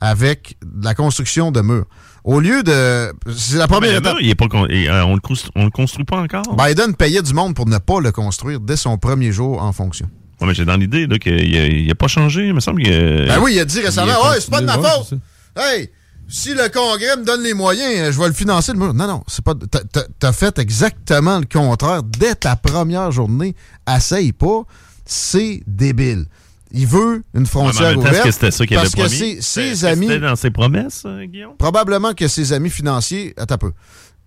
Speaker 3: avec la construction de murs. Au lieu de... C'est la
Speaker 1: Mais
Speaker 3: première
Speaker 1: là,
Speaker 3: étape.
Speaker 1: il est pas con- et, euh, on, le constru- on le construit pas encore.
Speaker 3: Biden payait du monde pour ne pas le construire dès son premier jour en fonction.
Speaker 1: Ouais, mais j'ai dans l'idée là, qu'il a, il a pas changé, il me semble. qu'il Eh. a-
Speaker 3: Ben oui, il a dit récemment,
Speaker 2: Il a
Speaker 3: ouais, c'est pas de ma
Speaker 2: continué, ouais,
Speaker 3: faute. Hey, si le Congrès me donne les moyens, euh, je vais le financer le mur. Non, non, c'est pas. de- t'as- t'as- T'as fait exactement le contraire dès ta première journée. Essaye pas, c'est débile. Il veut une
Speaker 1: Ouais, mais en
Speaker 3: frontière
Speaker 1: même temps, est-ce
Speaker 3: ouverte.
Speaker 1: que c'était ça qu'il avait
Speaker 3: parce que
Speaker 1: promis? Ben,
Speaker 3: ses, ses
Speaker 1: Est-ce que
Speaker 3: amis,
Speaker 1: C'était dans ses promesses, euh, Guillaume?
Speaker 3: probablement que ses amis financiers, attends un peu,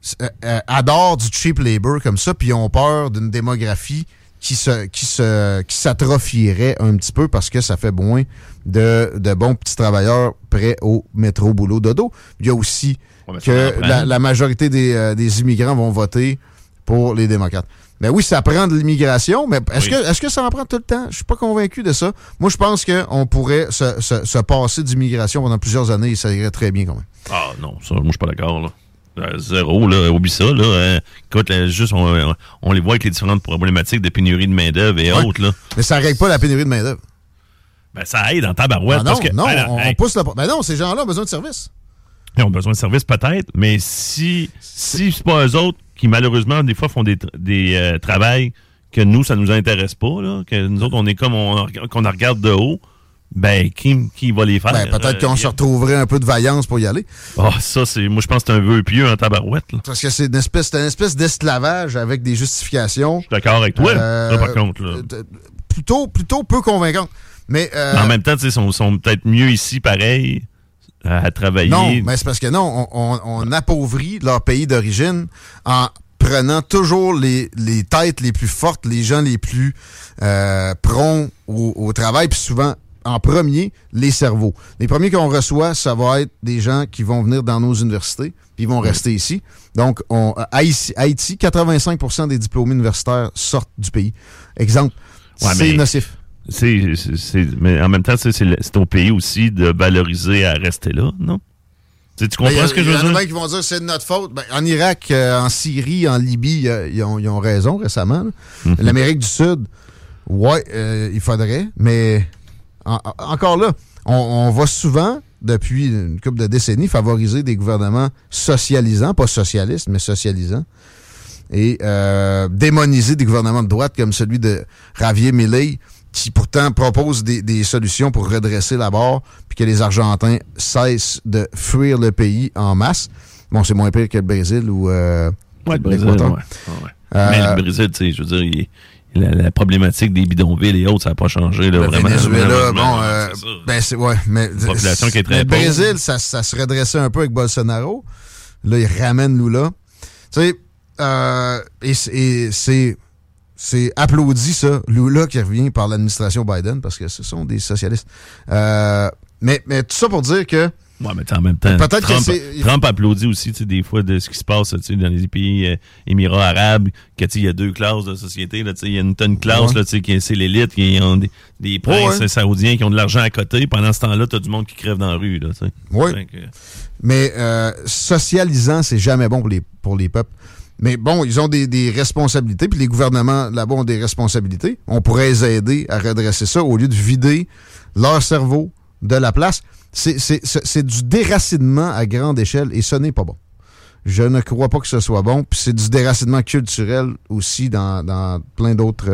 Speaker 3: s- euh, euh, adorent du cheap labor comme ça, puis ils ont peur d'une démographie qui se qui se qui s'atrophierait un petit peu parce que ça fait moins de, de bons petits travailleurs prêts au métro boulot dodo. Il y a aussi
Speaker 1: Ouais, mais ça
Speaker 3: que
Speaker 1: en prend.
Speaker 3: la, la majorité des, euh, des immigrants vont voter pour les démocrates. Mais oui, ça prend de l'immigration, mais est-ce
Speaker 1: Oui.
Speaker 3: que est-ce que ça en prend tout le temps? Je suis pas convaincu de ça. Moi, je pense qu'on pourrait se, se, se passer d'immigration pendant plusieurs années et ça irait très bien quand même.
Speaker 1: Ah non, ça, moi je suis pas d'accord là. Euh, Zéro, là, oublie ça, là. Euh, écoute, là, juste, on, on les voit avec les différentes problématiques de pénurie de main-d'œuvre et
Speaker 3: Ouais.
Speaker 1: autres, là.
Speaker 3: Mais ça règle pas la pénurie de main-d'œuvre.
Speaker 1: Ben, ça aide en tabarouette.
Speaker 3: Ah non,
Speaker 1: parce que,
Speaker 3: non,
Speaker 1: Ben, là,
Speaker 3: on, on
Speaker 1: hey,
Speaker 3: pousse la. Ben non, ces gens-là ont besoin de services.
Speaker 1: Ils ont besoin de services peut-être, mais si, si c'est pas eux autres qui malheureusement des fois font des, tra- des euh, travails que nous, ça nous intéresse pas, là, que nous autres, on est comme on, qu'on la regarde de haut, ben qui, qui va les faire?
Speaker 3: Ben, peut-être
Speaker 1: Euh,
Speaker 3: qu'on se
Speaker 1: y a-
Speaker 3: retrouverait un peu de vaillance pour y aller.
Speaker 1: Ah, ça, c'est. Moi je pense que c'est un vœu pieux en tabarouette. Là.
Speaker 3: Parce que c'est une espèce, c'est une espèce d'esclavage avec des justifications.
Speaker 1: Je suis D'accord avec toi,
Speaker 3: euh,
Speaker 1: là, par contre. Là.
Speaker 3: euh, Plutôt, plutôt peu convaincantes. Mais. euh,
Speaker 1: en même temps, tu sais, ils sont, sont peut-être mieux ici, pareil, à, à travailler.
Speaker 3: Non, mais c'est parce que non, on, on- on appauvrit leur pays d'origine en prenant toujours les, les têtes les plus fortes, les gens les plus euh, prompts au, au travail, puis souvent, en premier, les cerveaux. Les premiers qu'on reçoit, ça va être des gens qui vont venir dans nos universités, puis ils vont rester ici. Donc, on, à Haïti, Haïti, 85 des diplômés universitaires sortent du pays. Exemple,
Speaker 1: Ouais,
Speaker 3: c'est
Speaker 1: mais-
Speaker 3: nocif.
Speaker 1: C'est- c'est- c'est- mais en même temps, tu sais, c'est le- c'est au pays aussi de valoriser à rester là, non? Tu sais, tu comprends
Speaker 3: Ben, y a-
Speaker 1: ce que
Speaker 3: y
Speaker 1: je veux
Speaker 3: en a
Speaker 1: dire?
Speaker 3: bien qui vont dire c'est de notre faute. Ben, en Irak, euh, en Syrie, en Libye, euh, ils, ont, ils ont raison récemment. là.
Speaker 1: Mhm.
Speaker 3: L'Amérique du Sud, ouais, euh, il faudrait, mais en- en- encore là, on, on va souvent, depuis une couple de décennies, favoriser des gouvernements socialisants, pas socialistes, mais socialisants, et euh, démoniser des gouvernements de droite comme celui de Javier Milei, qui pourtant propose des, des solutions pour redresser la barre, puis que les Argentins cessent de fuir le pays en masse. Bon, c'est moins pire que le hein. Euh, Brésil ou... euh,
Speaker 1: Ouais, le Brésil,
Speaker 3: l'Équateur.
Speaker 1: ouais. Ouais, ouais. Mais le Brésil, tu sais, je veux dire, il- la, la problématique des bidonvilles et autres, ça n'a pas changé. Là,
Speaker 3: Le
Speaker 1: vraiment,
Speaker 3: Venezuela,
Speaker 1: malheureusement,
Speaker 3: bon, euh,
Speaker 1: c'est ça.
Speaker 3: ben c'est ouais, mais
Speaker 1: population qui est très
Speaker 3: mais le
Speaker 1: pauvre.
Speaker 3: Brésil, ça, ça se redressait un peu avec Bolsonaro. Là, il ramène Lula. Tu sais, euh, et, c- et c'est c'est applaudi ça, Lula qui revient par l'administration Biden parce que ce sont des socialistes. Euh, mais mais tout ça pour dire que
Speaker 1: Ouais, mais tu sais, en même temps,
Speaker 3: Peut-être que
Speaker 1: Trump,
Speaker 3: c'est-
Speaker 1: Trump applaudit aussi tu sais, des fois de ce qui se passe tu sais, dans les pays euh, Émirats arabes, que tu sais, il y a deux classes de société. là, tu sais, Il y a une tonne de classe,
Speaker 3: Ouais.
Speaker 1: là, tu sais, qui- c'est l'élite, qui ont des, des princes
Speaker 3: ouais.
Speaker 1: saoudiens qui ont de l'argent à côté. Pendant ce temps-là, tu as du monde qui crève dans la rue. Là, tu sais.
Speaker 3: Ouais.
Speaker 1: Fait que-
Speaker 3: Mais euh, socialisant, c'est jamais bon pour les, pour les peuples. Mais bon, ils ont des, des responsabilités, puis les gouvernements là-bas ont des responsabilités. On pourrait les aider à redresser ça au lieu de vider leur cerveau de la place. C'est- C'est c'est- c'est du déracinement à grande échelle et ce n'est pas bon. Je ne crois pas que ce soit bon. Puis c'est du déracinement culturel aussi dans, dans plein d'autres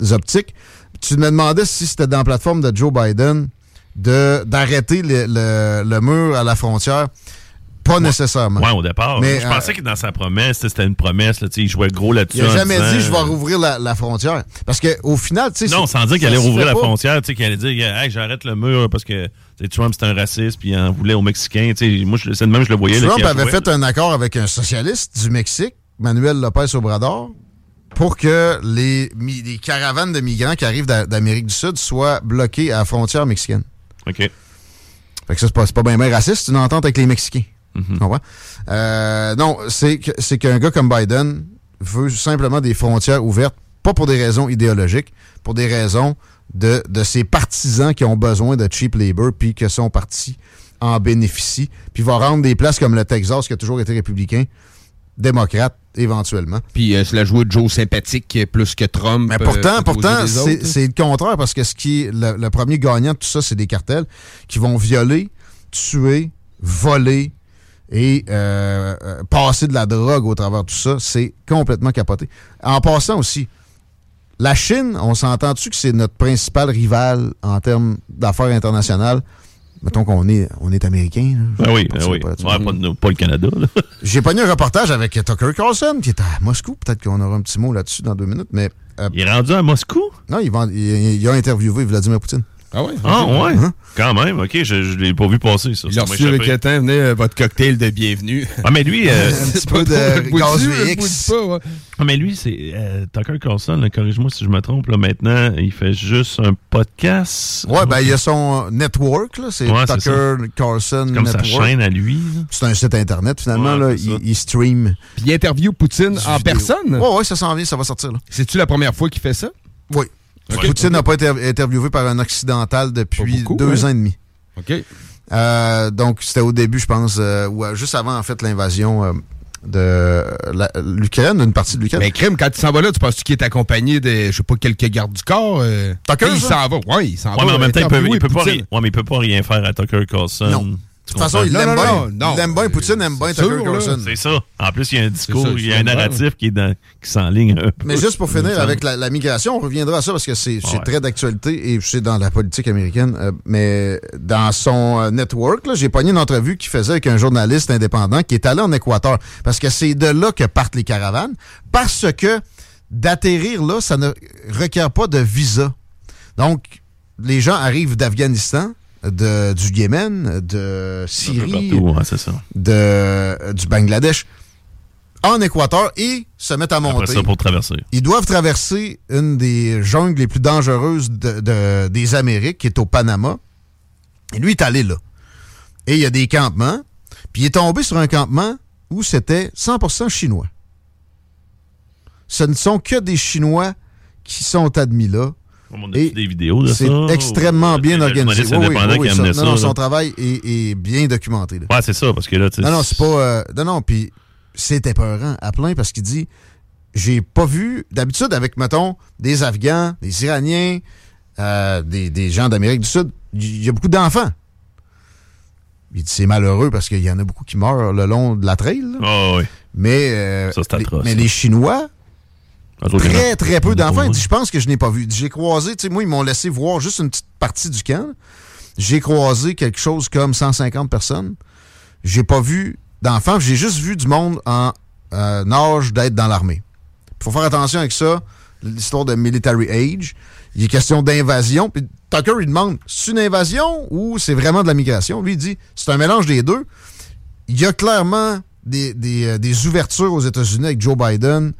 Speaker 3: euh, optiques. Tu me demandais si c'était dans la plateforme de Joe Biden de d'arrêter le, le- le mur à la frontière. Pas nécessairement.
Speaker 1: Ouais, au départ.
Speaker 3: Mais,
Speaker 1: je
Speaker 3: euh,
Speaker 1: pensais que dans sa promesse, c'était une promesse. Là, tu sais, il jouait gros là-dessus.
Speaker 3: Il n'a
Speaker 1: en
Speaker 3: jamais
Speaker 1: disant,
Speaker 3: dit je vais
Speaker 1: euh,
Speaker 3: rouvrir la, la frontière. Parce que au final, tu sais.
Speaker 1: Non,
Speaker 3: c'est-
Speaker 1: sans dire qu'il
Speaker 3: ça
Speaker 1: allait
Speaker 3: se
Speaker 1: rouvrir la
Speaker 3: fait pas.
Speaker 1: frontière, tu sais, qu'il allait dire euh, hey, j'arrête le mur parce que tu sais, Trump c'est un raciste puis il en voulait aux Mexicains. Tu sais, moi, je, c'est de même je le voyais. là,
Speaker 3: Trump
Speaker 1: qu'il
Speaker 3: avait
Speaker 1: jouait,
Speaker 3: fait
Speaker 1: là.
Speaker 3: un accord avec un socialiste du Mexique, Manuel López Obrador, pour que les, mi- les caravanes de migrants qui arrivent d'a- d'Amérique du Sud soient bloquées à la frontière mexicaine.
Speaker 1: OK.
Speaker 3: Fait que ça, c'est pas, c'est pas bien raciste, c'est une entente avec les Mexicains. Tu comprends? Euh, non, c'est que- c'est qu'un gars comme Biden veut simplement des frontières ouvertes, pas pour des raisons idéologiques, pour des raisons de, de ses partisans qui ont besoin de cheap labor, puis que son parti en bénéficie, puis va rendre des places comme le Texas, qui a toujours été républicain, démocrate, éventuellement.
Speaker 2: Puis euh, se la jouer de Joe sympathique euh, plus que Trump.
Speaker 3: Mais
Speaker 2: euh,
Speaker 3: pourtant,
Speaker 2: aux yeux
Speaker 3: pourtant,
Speaker 2: des
Speaker 3: c'est
Speaker 2: autres, hein. là.
Speaker 3: c'est le contraire parce que ce qui est le, le premier gagnant de tout ça, c'est des cartels qui vont violer, tuer, voler et euh, euh, passer de la drogue au travers de tout ça. C'est complètement capoté. En passant aussi, la Chine, on s'entend-tu que c'est notre principal rival en termes d'affaires internationales? Mettons qu'on est, on est américain. là.
Speaker 1: Ah oui,
Speaker 3: Je
Speaker 1: ah
Speaker 3: sais
Speaker 1: oui.
Speaker 3: pas, tu
Speaker 1: Ouais,
Speaker 3: vois.
Speaker 1: pas, de- pas le Canada. là.
Speaker 3: J'ai pogné un reportage avec Tucker Carlson qui est à Moscou. Peut-être qu'on aura un petit mot là-dessus dans deux minutes, mais euh,
Speaker 1: Il est rendu à Moscou?
Speaker 3: non, il, va- il- il a interviewé Vladimir Poutine.
Speaker 2: Ah ouais?
Speaker 1: Ah,
Speaker 2: ok.
Speaker 1: ouais.
Speaker 3: Hein?
Speaker 1: Quand même, OK. Je, je l'ai pas vu passer, ça.
Speaker 2: Il
Speaker 1: ça
Speaker 2: a
Speaker 1: m'a
Speaker 2: reçu avec
Speaker 1: échappé.
Speaker 2: le temps, venez, euh, votre cocktail de bienvenue.
Speaker 1: Ah, mais lui, euh,
Speaker 3: Un petit peu
Speaker 2: Pas
Speaker 3: de
Speaker 2: trop,
Speaker 3: gaz
Speaker 2: bout du-
Speaker 3: VX.
Speaker 2: bout du pas, ouais.
Speaker 1: ah, mais lui, c'est euh, Tucker Carlson, là, corrige-moi si je me trompe, là, maintenant, il fait juste un podcast.
Speaker 3: Ouais, ben il y a son network, là, c'est
Speaker 1: Ouais, c'est
Speaker 3: Tucker Carlson
Speaker 1: Comme sa
Speaker 3: Network.
Speaker 1: chaîne à lui. là.
Speaker 3: C'est un site internet finalement,
Speaker 1: Ouais,
Speaker 3: là,
Speaker 1: c'est ça.
Speaker 3: il, il stream.
Speaker 2: Puis il interview Poutine en
Speaker 3: vidéo. Oh.
Speaker 2: personne.
Speaker 3: Ouais, ouais, ça s'en vient, ça va sortir là.
Speaker 2: C'est-tu la première fois qu'il fait ça?
Speaker 3: Oui. Poutine n'a pas été interviewé par un occidental
Speaker 2: Pas
Speaker 3: depuis
Speaker 2: beaucoup,
Speaker 3: deux
Speaker 2: hein.
Speaker 3: ans et demi.
Speaker 2: OK.
Speaker 3: Euh, donc c'était au début, je pense, euh, ou euh, juste avant en fait l'invasion euh, de la- l'Ukraine, une partie de l'Ukraine.
Speaker 2: Mais crime, quand tu s'en vas là, tu penses-tu qu'il est accompagné de, je sais pas, quelques gardes du corps? euh?
Speaker 3: Tucker,
Speaker 2: il
Speaker 3: ça?
Speaker 2: s'en va. Ouais, il s'en va.
Speaker 1: Ouais, mais en même temps, il peut,
Speaker 2: interviewer
Speaker 1: il peut pas
Speaker 2: Poutine.
Speaker 1: rien, ouais, mais il peut pas rien faire à Tucker Carlson.
Speaker 3: Non. De
Speaker 1: euh, Tu
Speaker 3: toute façon,
Speaker 1: comprends?
Speaker 3: il
Speaker 2: Non, non,
Speaker 3: l'aime bien.
Speaker 2: non, non.
Speaker 3: Il l'aime bien, Poutine aime bien
Speaker 2: C'est
Speaker 3: Tucker
Speaker 2: sûr, là.
Speaker 3: Carlson.
Speaker 1: C'est ça. En plus, il y a un discours,
Speaker 2: ça,
Speaker 1: il y a un
Speaker 2: c'est normal.
Speaker 1: narratif qui est dans- qui s'enligne un peu.
Speaker 3: Mais juste pour finir
Speaker 1: Ouais.
Speaker 3: avec la, la migration, on reviendra à ça parce que c'est c'est
Speaker 1: Ouais.
Speaker 3: très d'actualité et c'est dans la politique américaine. euh, mais dans son euh, network, là, j'ai pogné une entrevue qu'il faisait avec un journaliste indépendant qui est allé en Équateur parce que c'est de là que partent les caravanes parce que d'atterrir là, ça ne requiert pas de visa. Donc, les gens arrivent d'Afghanistan, de- du Yémen, de
Speaker 1: Un peu
Speaker 3: Syrie,
Speaker 1: Partout, ouais, c'est ça.
Speaker 3: de, euh, du Bangladesh en Équateur et se mettent à
Speaker 1: Après
Speaker 3: monter.
Speaker 1: ça, pour traverser.
Speaker 3: Ils doivent traverser une des jungles les plus dangereuses de- de- des Amériques, qui est au Panama. Et lui, il est allé là. Et il y a des campements. Puis il est tombé sur un campement où c'était 100% chinois. Ce ne sont que des Chinois qui sont admis là.
Speaker 1: On a
Speaker 3: Et
Speaker 1: des vidéos de ça.
Speaker 3: C'est extrêmement
Speaker 1: ou-
Speaker 3: bien
Speaker 1: le
Speaker 3: organisé.
Speaker 1: journaliste
Speaker 3: Oui, oui,
Speaker 1: indépendant
Speaker 3: oui,
Speaker 1: qui
Speaker 3: ça-
Speaker 1: amenait
Speaker 3: non, non,
Speaker 1: ça,
Speaker 3: son
Speaker 1: là.
Speaker 3: travail est, est bien documenté. là.
Speaker 1: Ouais, c'est ça, parce que là, tu sais,
Speaker 3: Non, non, c'est pas. euh, non, non, puis c'est épeurant à plein parce qu'il dit j'ai pas vu. D'habitude, avec, mettons, des Afghans, des Iraniens, euh, des, des gens d'Amérique du Sud, il y a beaucoup d'enfants. Il dit c'est malheureux parce qu'il y en a beaucoup qui meurent le long de la trail. là.
Speaker 1: Ah, oui.
Speaker 3: Mais, euh,
Speaker 1: Ça, c'est
Speaker 3: les-
Speaker 1: atroce,
Speaker 3: mais
Speaker 1: ça.
Speaker 3: les Chinois,
Speaker 1: Un autre
Speaker 3: très,
Speaker 1: élément.
Speaker 3: très peu
Speaker 1: On a pas
Speaker 3: d'enfants. Il
Speaker 1: besoin.
Speaker 3: dit, je pense que je n'ai pas vu. Il dit, J'ai croisé, tu sais, moi, ils m'ont laissé voir juste une petite partie du camp. J'ai croisé quelque chose comme 150 personnes. J'ai pas vu d'enfants. J'ai juste vu du monde en euh, en âge d'être dans l'armée. Il faut faire attention avec ça. l'histoire de Military Age. Il est question d'invasion. Puis Tucker, il demande, c'est une invasion ou c'est vraiment de la migration? Lui, il dit, c'est un mélange des deux. Il y a clairement des, des, euh, des ouvertures aux États-Unis avec Joe Biden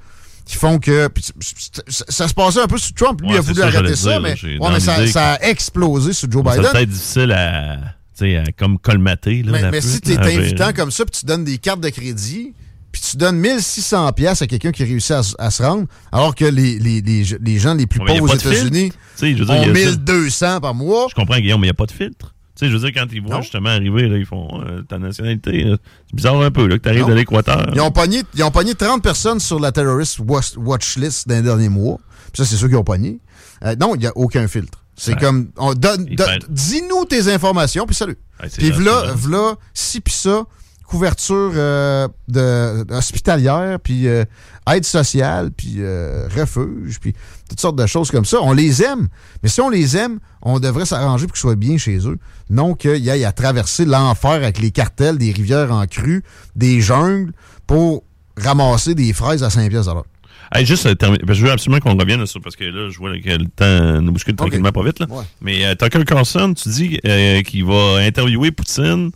Speaker 3: qui font que. puis c- c- c- ça se passait un peu sur Trump. Lui
Speaker 1: Ouais,
Speaker 3: a
Speaker 1: c'est
Speaker 3: voulu
Speaker 1: ça,
Speaker 3: arrêter
Speaker 1: j'allais
Speaker 3: ça,
Speaker 1: dire,
Speaker 3: mais,
Speaker 1: là, j'ai-
Speaker 3: ouais,
Speaker 1: dans
Speaker 3: mais ça,
Speaker 1: l'idée
Speaker 3: ça a explosé sur Joe
Speaker 1: Ça
Speaker 3: Biden.
Speaker 1: peut être difficile à, tu sais, à comme colmater. Là,
Speaker 3: Mais,
Speaker 1: la
Speaker 3: mais si
Speaker 1: pute, ah, ben,
Speaker 3: tu es
Speaker 1: là, avec-
Speaker 3: invitant comme ça, puis tu donnes des cartes de crédit, puis tu donnes 1600 pièces à quelqu'un qui réussit à, s- à se rendre, alors que les, les, les, je- les gens les plus
Speaker 1: Ouais, mais y a
Speaker 3: pauvres aux
Speaker 1: pas de filtre.
Speaker 3: États-Unis
Speaker 1: Tu sais, je veux dire,
Speaker 3: ont
Speaker 1: y a ça.
Speaker 3: 1200 par mois.
Speaker 1: Je comprends, Guillaume, mais il n'y a pas de filtre. Tu sais, je veux dire, quand ils voient
Speaker 3: Non.
Speaker 1: justement arriver, là, ils font euh, ta nationalité. là. C'est bizarre un peu, là, que tu arrives
Speaker 3: Non.
Speaker 1: de l'Équateur.
Speaker 3: Ils ont, pogné, ils ont pogné 30 personnes sur la terrorist watch, watch list dans les derniers mois. Puis ça, c'est sûr qu'ils ont pogné. Euh, non, il n'y a aucun filtre. C'est
Speaker 1: Ouais.
Speaker 3: comme, on donne,
Speaker 1: Ils
Speaker 3: don-
Speaker 1: prennent-
Speaker 3: dis-nous tes informations, puis salut.
Speaker 1: Ouais, c'est
Speaker 3: puis
Speaker 1: vrai, c'est
Speaker 3: v'là,
Speaker 1: vrai.
Speaker 3: v'là, si puis ça, couverture euh, de, hospitalière, puis euh, aide sociale, puis euh, refuge, puis toutes sortes de choses comme ça. On les aime, mais si on les aime, on devrait s'arranger pour qu'ils soient bien chez eux. Non qu'ils aillent à traverser l'enfer avec les cartels, des rivières en crue, des jungles, pour ramasser des fraises à 5 pièces à l'heure.
Speaker 1: Hey, juste, euh, terminer- parce que je veux absolument qu'on revienne sur, parce que là, je vois là, que le temps euh, nous bouscule tranquillement pas vite. Là.
Speaker 3: Ouais.
Speaker 1: Mais euh, Tucker Carlson, tu dis euh, qu'il va interviewer Poutine.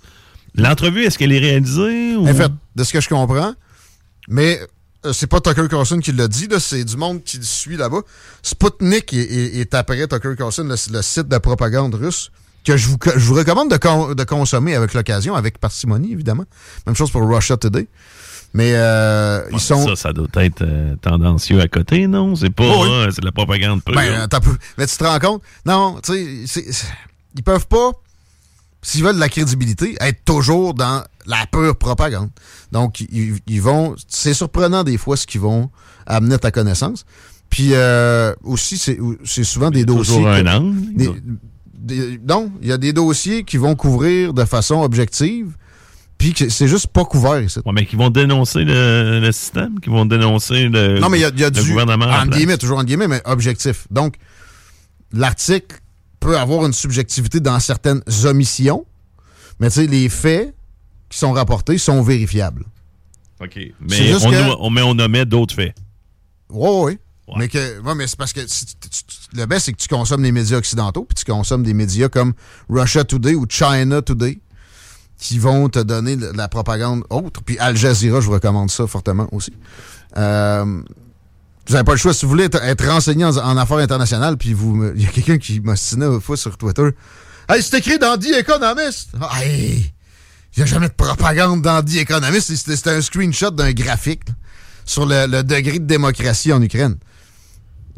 Speaker 1: L'entrevue, est-ce qu'elle est réalisée? Ou...
Speaker 3: En fait, de ce que je comprends, mais euh, c'est pas Tucker Carlson qui l'a dit, là, c'est du monde qui le suit là-bas. Sputnik est, est- est après Tucker Carlson, le, le site de propagande russe, que je vous, co- je vous recommande de, con- de consommer avec l'occasion, avec parcimonie, évidemment. Même chose pour Russia Today. Mais euh, ils sont...
Speaker 1: Ça, ça doit être euh, tendancieux à côté, non? C'est pas
Speaker 3: Oh oui.
Speaker 1: euh, c'est de la propagande pure.
Speaker 3: Ben, attends un peu. Mais tu te rends compte? Non, tu sais, c'est- c'est- ils peuvent pas, s'ils veulent de la crédibilité, être toujours dans la pure propagande. Donc, ils, ils vont. C'est surprenant des fois ce qu'ils vont amener à ta connaissance. Puis euh, aussi, c'est c'est souvent des dossiers.
Speaker 1: toujours un
Speaker 3: que-
Speaker 1: angle.
Speaker 3: des- des- non, il y a des dossiers qui vont couvrir de façon objective, puis que c'est juste pas couvert ici.
Speaker 1: Ouais, mais qui vont dénoncer le, le système, qui vont dénoncer le,
Speaker 3: Non, mais il y a, il y a
Speaker 1: le
Speaker 3: du.
Speaker 1: gouvernement. en
Speaker 3: En
Speaker 1: place.
Speaker 3: guillemets, toujours en guillemets, mais objectif. Donc, l'article peut avoir une subjectivité dans certaines omissions, mais tu sais, les faits qui sont rapportés sont vérifiables.
Speaker 1: OK.
Speaker 3: C'est
Speaker 1: Mais
Speaker 3: juste
Speaker 1: on,
Speaker 3: que-
Speaker 1: nous- on- mais on nommait d'autres faits.
Speaker 3: Oui, oui.
Speaker 1: Ouais.
Speaker 3: Mais, que, ouais, mais c'est parce que si tu- tu- tu- le best, c'est que tu consommes les médias occidentaux, puis tu consommes des médias comme Russia Today ou China Today, qui vont te donner de la propagande autre. Puis Al Jazeera, je vous recommande ça fortement aussi. Euh, vous n'avez pas le choix. Si vous voulez être, être renseigné en, en affaires internationales, puis vous me- il y a quelqu'un qui m'ostinait une fois sur Twitter. Hey, c'est écrit dans The Economist! Ah, Hey! Il n'y a jamais de propagande dans The Economist. C'est- C'est un screenshot d'un graphique là, sur le, le degré de démocratie en Ukraine.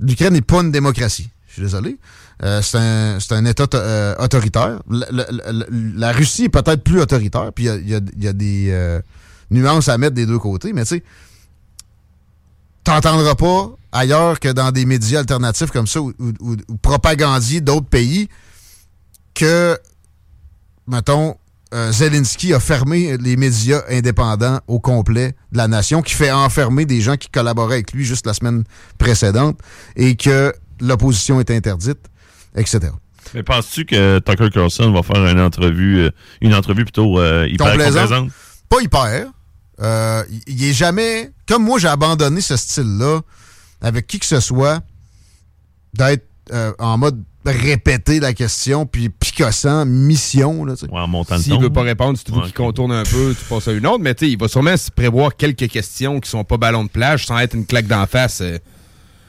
Speaker 3: L'Ukraine n'est pas une démocratie. Je suis désolé. Euh, c'est un, c'est un État to- euh, autoritaire. Le- le- le- le- la Russie est peut-être plus autoritaire, puis il y a, il y a- il y a des euh, nuances à mettre des deux côtés, mais tu sais, t'entendras pas ailleurs que dans des médias alternatifs comme ça ou, ou- ou- ou propagandiers d'autres pays que, mettons, euh, Zelensky a fermé les médias indépendants au complet de la nation, qui fait enfermer des gens qui collaboraient avec lui juste la semaine précédente et que l'opposition est interdite, etc.
Speaker 1: Mais penses-tu que Tucker Carlson va faire une entrevue, euh, une entrevue plutôt euh, hyper complaisante?
Speaker 3: Complaisante. Pas hyper. Euh, il- il est jamais. Comme moi, j'ai abandonné ce style-là avec qui que ce soit d'être euh, en mode répéter la question puis picossant, mission. Là, tu sais.
Speaker 1: Ouais, en montant le
Speaker 2: S'il
Speaker 1: ton.
Speaker 2: veut pas répondre, si tu veux
Speaker 1: Ouais,
Speaker 2: qu'il
Speaker 1: ok.
Speaker 2: contourne un peu, tu passes à une autre. Mais tu sais, il va sûrement se prévoir quelques questions qui sont pas ballon de plage sans être une claque d'en face. euh,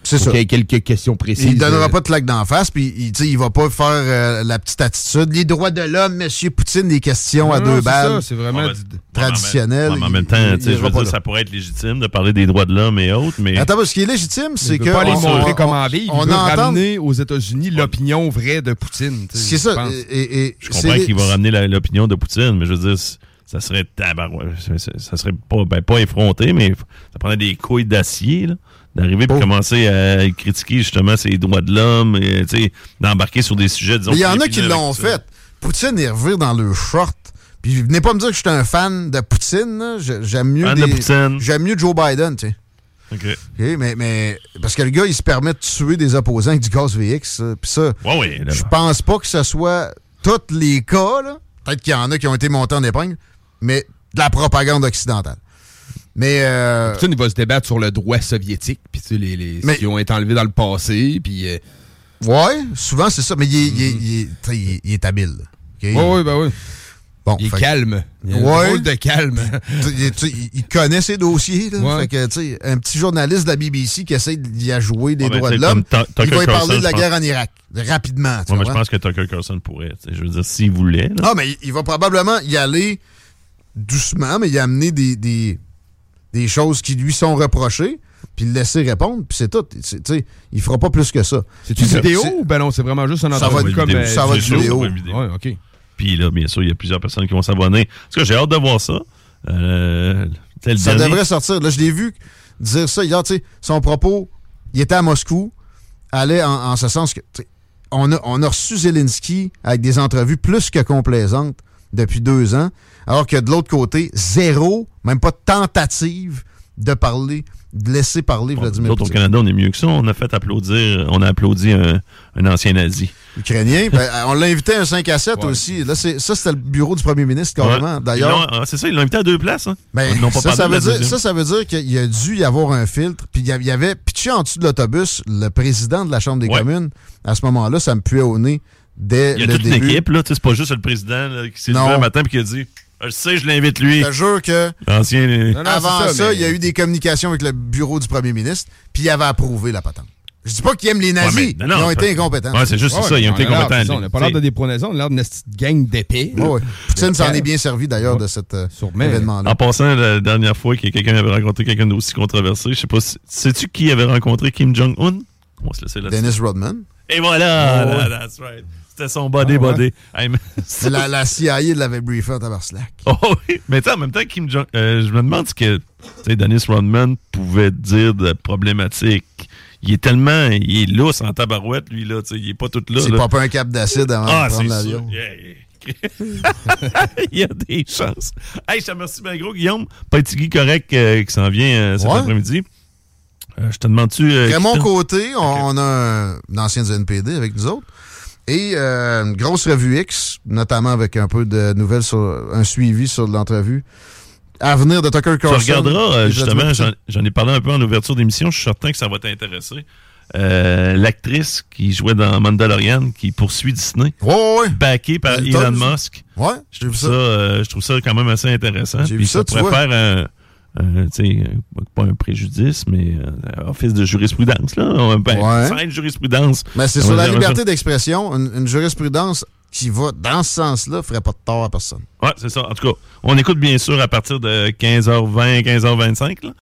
Speaker 3: C'est
Speaker 2: pour
Speaker 3: ça.
Speaker 2: qu'il y ait quelques questions précises.
Speaker 3: Il donnera
Speaker 2: euh,
Speaker 3: pas de claque d'en face, puis il, tu sais, il va pas faire euh, la petite attitude. Les droits de l'homme, Monsieur Poutine, des questions à
Speaker 2: Non, non,
Speaker 3: deux
Speaker 2: c'est ça,
Speaker 3: balles.
Speaker 2: C'est
Speaker 1: Ouais,
Speaker 2: vraiment.
Speaker 1: mais-
Speaker 2: du-
Speaker 3: traditionnel,
Speaker 1: ouais, mais en
Speaker 3: il-
Speaker 1: même
Speaker 3: il-
Speaker 1: temps, tu
Speaker 3: il
Speaker 1: sais, je
Speaker 3: ira
Speaker 1: veux
Speaker 3: pas
Speaker 1: dire,
Speaker 3: là.
Speaker 1: ça pourrait être légitime de parler des droits de l'homme et autres, mais
Speaker 3: Attends, ce qui est légitime, c'est
Speaker 2: il
Speaker 3: que.
Speaker 2: veut pas les
Speaker 3: on-
Speaker 2: montrer
Speaker 3: on-
Speaker 2: comment vivre.
Speaker 3: On
Speaker 2: il veut
Speaker 3: entend.
Speaker 2: ramener aux États-Unis l'opinion vraie de Poutine. tu sais,
Speaker 3: C'est
Speaker 2: je
Speaker 3: ça. euh,
Speaker 2: pense.
Speaker 3: et- et- et
Speaker 1: je
Speaker 3: c'est
Speaker 1: comprends
Speaker 3: les-
Speaker 1: qu'il va ramener la- l'opinion de Poutine, mais je veux dire, c- ça serait tabarouette. Ça- Ça ça serait pas, ben, pas effronté, mais f- ça prendrait des couilles d'acier, là, d'arriver pour
Speaker 3: Oh.
Speaker 1: commencer à critiquer justement ces droits de l'homme, et, tu sais, d'embarquer sur des sujets, disons.
Speaker 3: Mais il y en
Speaker 1: plus
Speaker 3: a qui
Speaker 1: épineux
Speaker 3: l'ont
Speaker 1: avec ça.
Speaker 3: fait. Poutine est revire dans le short. Puis venez pas me dire que je suis un fan de Poutine. là. Je- J'aime mieux,
Speaker 1: Fan de
Speaker 3: des-
Speaker 1: Poutine.
Speaker 3: j'aime mieux Joe Biden, tu sais.
Speaker 1: OK.
Speaker 3: OK, mais, mais parce que le gars, il se permet de tuer des opposants avec du gaz VX. euh, Puis ça,
Speaker 1: Ouais, ouais, là.
Speaker 3: je pense pas que ce soit tous les cas. là. Peut-être qu'il y en a qui ont été montés en épingle, mais de la propagande occidentale. Mais euh,
Speaker 2: Poutine, il va se débattre sur le droit soviétique, puis tu sais, les, les,
Speaker 3: Mais-
Speaker 2: ce qui ont été enlevés dans le passé, puis... Euh,
Speaker 3: ouais, souvent c'est ça, mais il est, il est- il est- tu sais, il est- il est habile. OK?
Speaker 2: ouais, ouais, ben ouais.
Speaker 3: Bon,
Speaker 2: Il est
Speaker 3: fait que-
Speaker 2: calme. Il a un
Speaker 3: Ouais.
Speaker 2: drôle de calme.
Speaker 3: Tu- il- tu- il- il connaît ses dossiers. là.
Speaker 2: Ouais.
Speaker 3: Fait que, tu sais, un petit journaliste de la BBC qui essaie d'y ajouer des
Speaker 1: Ouais, ben,
Speaker 3: droits
Speaker 1: tu
Speaker 3: de
Speaker 1: sais,
Speaker 3: l'homme,
Speaker 1: comme Tucker
Speaker 3: il va y
Speaker 1: Carlson,
Speaker 3: parler de la
Speaker 1: je pense.
Speaker 3: guerre en Irak rapidement. tu
Speaker 1: Ouais, mais je
Speaker 3: comprends?
Speaker 1: pense que Tucker Carlson pourrait. tu sais, Je veux dire, s'il voulait. là.
Speaker 3: Ah, mais il- il va probablement y aller doucement, mais y amener des, des, des choses qui lui sont reprochées, puis le laisser répondre, puis c'est tout. C'est- tu sais, il fera pas plus que ça.
Speaker 2: C'est
Speaker 3: Puis
Speaker 2: une
Speaker 3: c'est-
Speaker 2: vidéo
Speaker 3: c'est-
Speaker 2: ou ben non, c'est vraiment juste un
Speaker 3: Ah, Ça va
Speaker 2: entrevue
Speaker 3: être
Speaker 2: comme...
Speaker 1: vidéo.
Speaker 2: euh,
Speaker 3: ça va
Speaker 1: c'est
Speaker 3: être
Speaker 1: sûr,
Speaker 3: vidéo.
Speaker 1: c'est une vidéo.
Speaker 2: Ouais, Ah, OK.
Speaker 1: Puis là, bien sûr, il y a plusieurs personnes qui vont s'abonner. En tout cas, j'ai hâte de voir ça. Euh, c'est le
Speaker 3: Ça
Speaker 1: dernier.
Speaker 3: devrait sortir. Là, je l'ai vu dire ça hier. tu sais, son propos, il était à Moscou, allait en, en ce sens que. tu sais, On a, on a reçu Zelensky avec des entrevues plus que complaisantes depuis deux ans, alors que de l'autre côté, zéro, même pas de tentative de parler, de laisser parler
Speaker 1: Bon, nous
Speaker 3: Vladimir
Speaker 1: autres, au
Speaker 3: Poutine.
Speaker 1: Canada, on est mieux que ça. On a fait applaudir, on a applaudi un, un ancien nazi.
Speaker 3: Ukrainien. Ben, euh, on l'a invité à un 5 à 7
Speaker 2: Ouais.
Speaker 3: aussi. Là, c'est, ça, c'était le bureau du premier ministre, carrément.
Speaker 1: Ouais. Ils
Speaker 3: D'ailleurs,
Speaker 1: l'ont- ah, C'est ça, ils l'ont invité à deux places. Hein.
Speaker 3: ben,
Speaker 1: Ils n'ont pas
Speaker 3: ça,
Speaker 1: parlé
Speaker 3: ça
Speaker 1: de la
Speaker 3: veut dire,
Speaker 1: deuxième.
Speaker 3: ça, ça veut dire qu'il a dû y avoir un filtre. Puis il y av- il y avait pitché en dessous de l'autobus le président de la Chambre des
Speaker 1: Ouais.
Speaker 3: communes. À ce moment-là, ça me puait au nez dès
Speaker 1: Il y a
Speaker 3: le
Speaker 1: toute
Speaker 3: début.
Speaker 1: une équipe, là. tu sais, C'est pas juste le président là, qui s'est levé
Speaker 3: Non. Ben,
Speaker 1: un matin et qui a dit Je sais, je l'invite lui.
Speaker 3: Je te jure que
Speaker 1: L'ancien. euh,
Speaker 2: Non, non,
Speaker 3: avant
Speaker 2: c'est
Speaker 3: ça,
Speaker 2: mais-
Speaker 3: il y a eu des communications avec le bureau du premier ministre, puis il avait approuvé la patente. Je dis pas qu'il aime les nazis,
Speaker 1: ouais, mais- non, non,
Speaker 3: ils ont
Speaker 1: fait-
Speaker 3: été incompétents.
Speaker 1: Ouais, c'est juste
Speaker 2: Ouais,
Speaker 1: ça, ils ont
Speaker 2: on
Speaker 1: été
Speaker 2: a l'air-
Speaker 1: compétents.
Speaker 2: c'est ça, On n'a pas l'air de des pronaisons, on a l'air d'une petite gang d'épées.
Speaker 3: Ouais, ouais. Poutine s'en
Speaker 2: Ouais.
Speaker 3: est bien servi d'ailleurs de cet euh,
Speaker 2: Sûrement.
Speaker 3: événement-là.
Speaker 1: En passant, la dernière fois que quelqu'un avait rencontré quelqu'un d'aussi controversé, je sais pas, si- sais-tu qui avait rencontré Kim Jong-un? On va se laisser là
Speaker 3: Dennis Rodman.
Speaker 1: Et voilà!
Speaker 2: Oh, ouais.
Speaker 1: là, that's right. C'était son body
Speaker 2: Ah, ouais.
Speaker 1: body. Hey, mais-
Speaker 3: C'est la, la CIA l'avait briefé en tabarcelac.
Speaker 1: Oh oui, mais tu sais, en même temps, Kim Jong, euh, je me demande ce que tu sais, Dennis Rodman pouvait dire de problématique. Il est tellement, il est lousse en tabarouette, lui, là, tu sais, il est pas tout là.
Speaker 3: C'est
Speaker 1: là.
Speaker 3: pas pas un cap d'acide avant
Speaker 1: ah,
Speaker 3: de
Speaker 1: c'est
Speaker 3: prendre
Speaker 1: ça.
Speaker 3: l'avion.
Speaker 1: Yeah, yeah. il y a des chances. Hey, je te remercie bien gros, Guillaume. Petit Guy correct euh, qui s'en vient euh, cet
Speaker 3: Ouais.
Speaker 1: après-midi. Euh, je te demande-tu... euh,
Speaker 3: Raymond
Speaker 1: qui t'en-
Speaker 3: Côté, on, on a un, un ancien du NPD avec nous autres. Et euh, une grosse revue X, notamment avec un peu de nouvelles sur un suivi sur l'entrevue. À venir de Tucker
Speaker 1: Tu
Speaker 3: Carlson.
Speaker 1: regarderas, euh,
Speaker 3: et
Speaker 1: justement,
Speaker 3: Vladimir
Speaker 1: j'en
Speaker 3: Poutine.
Speaker 1: j'en ai parlé un peu en ouverture d'émission, je suis certain que ça va t'intéresser. Euh, L'actrice qui jouait dans Mandalorian, qui poursuit Disney,
Speaker 3: Ouais, ouais,
Speaker 1: backée par
Speaker 3: Elle
Speaker 1: Elon
Speaker 3: donne, ça.
Speaker 1: Musk.
Speaker 3: ouais. Ouais, j'ai vu
Speaker 1: Ben, Ça,
Speaker 3: ça.
Speaker 1: euh, je trouve ça quand même assez intéressant.
Speaker 3: J'ai
Speaker 1: Puis
Speaker 3: vu ça, tu
Speaker 1: pourrait
Speaker 3: vois.
Speaker 1: faire un, un, tu sais, un- pas un préjudice, mais un office de jurisprudence, là. Ben,
Speaker 3: Ouais.
Speaker 1: scène de jurisprudence.
Speaker 3: Mais c'est
Speaker 1: On
Speaker 3: sur
Speaker 1: va
Speaker 3: la
Speaker 1: dire ça.
Speaker 3: liberté d'expression, une, une jurisprudence qui va dans ce sens-là ferait pas de tort à personne.
Speaker 1: Ouais, c'est ça. En tout cas, on écoute bien sûr à partir de 15h20, 15h25, là.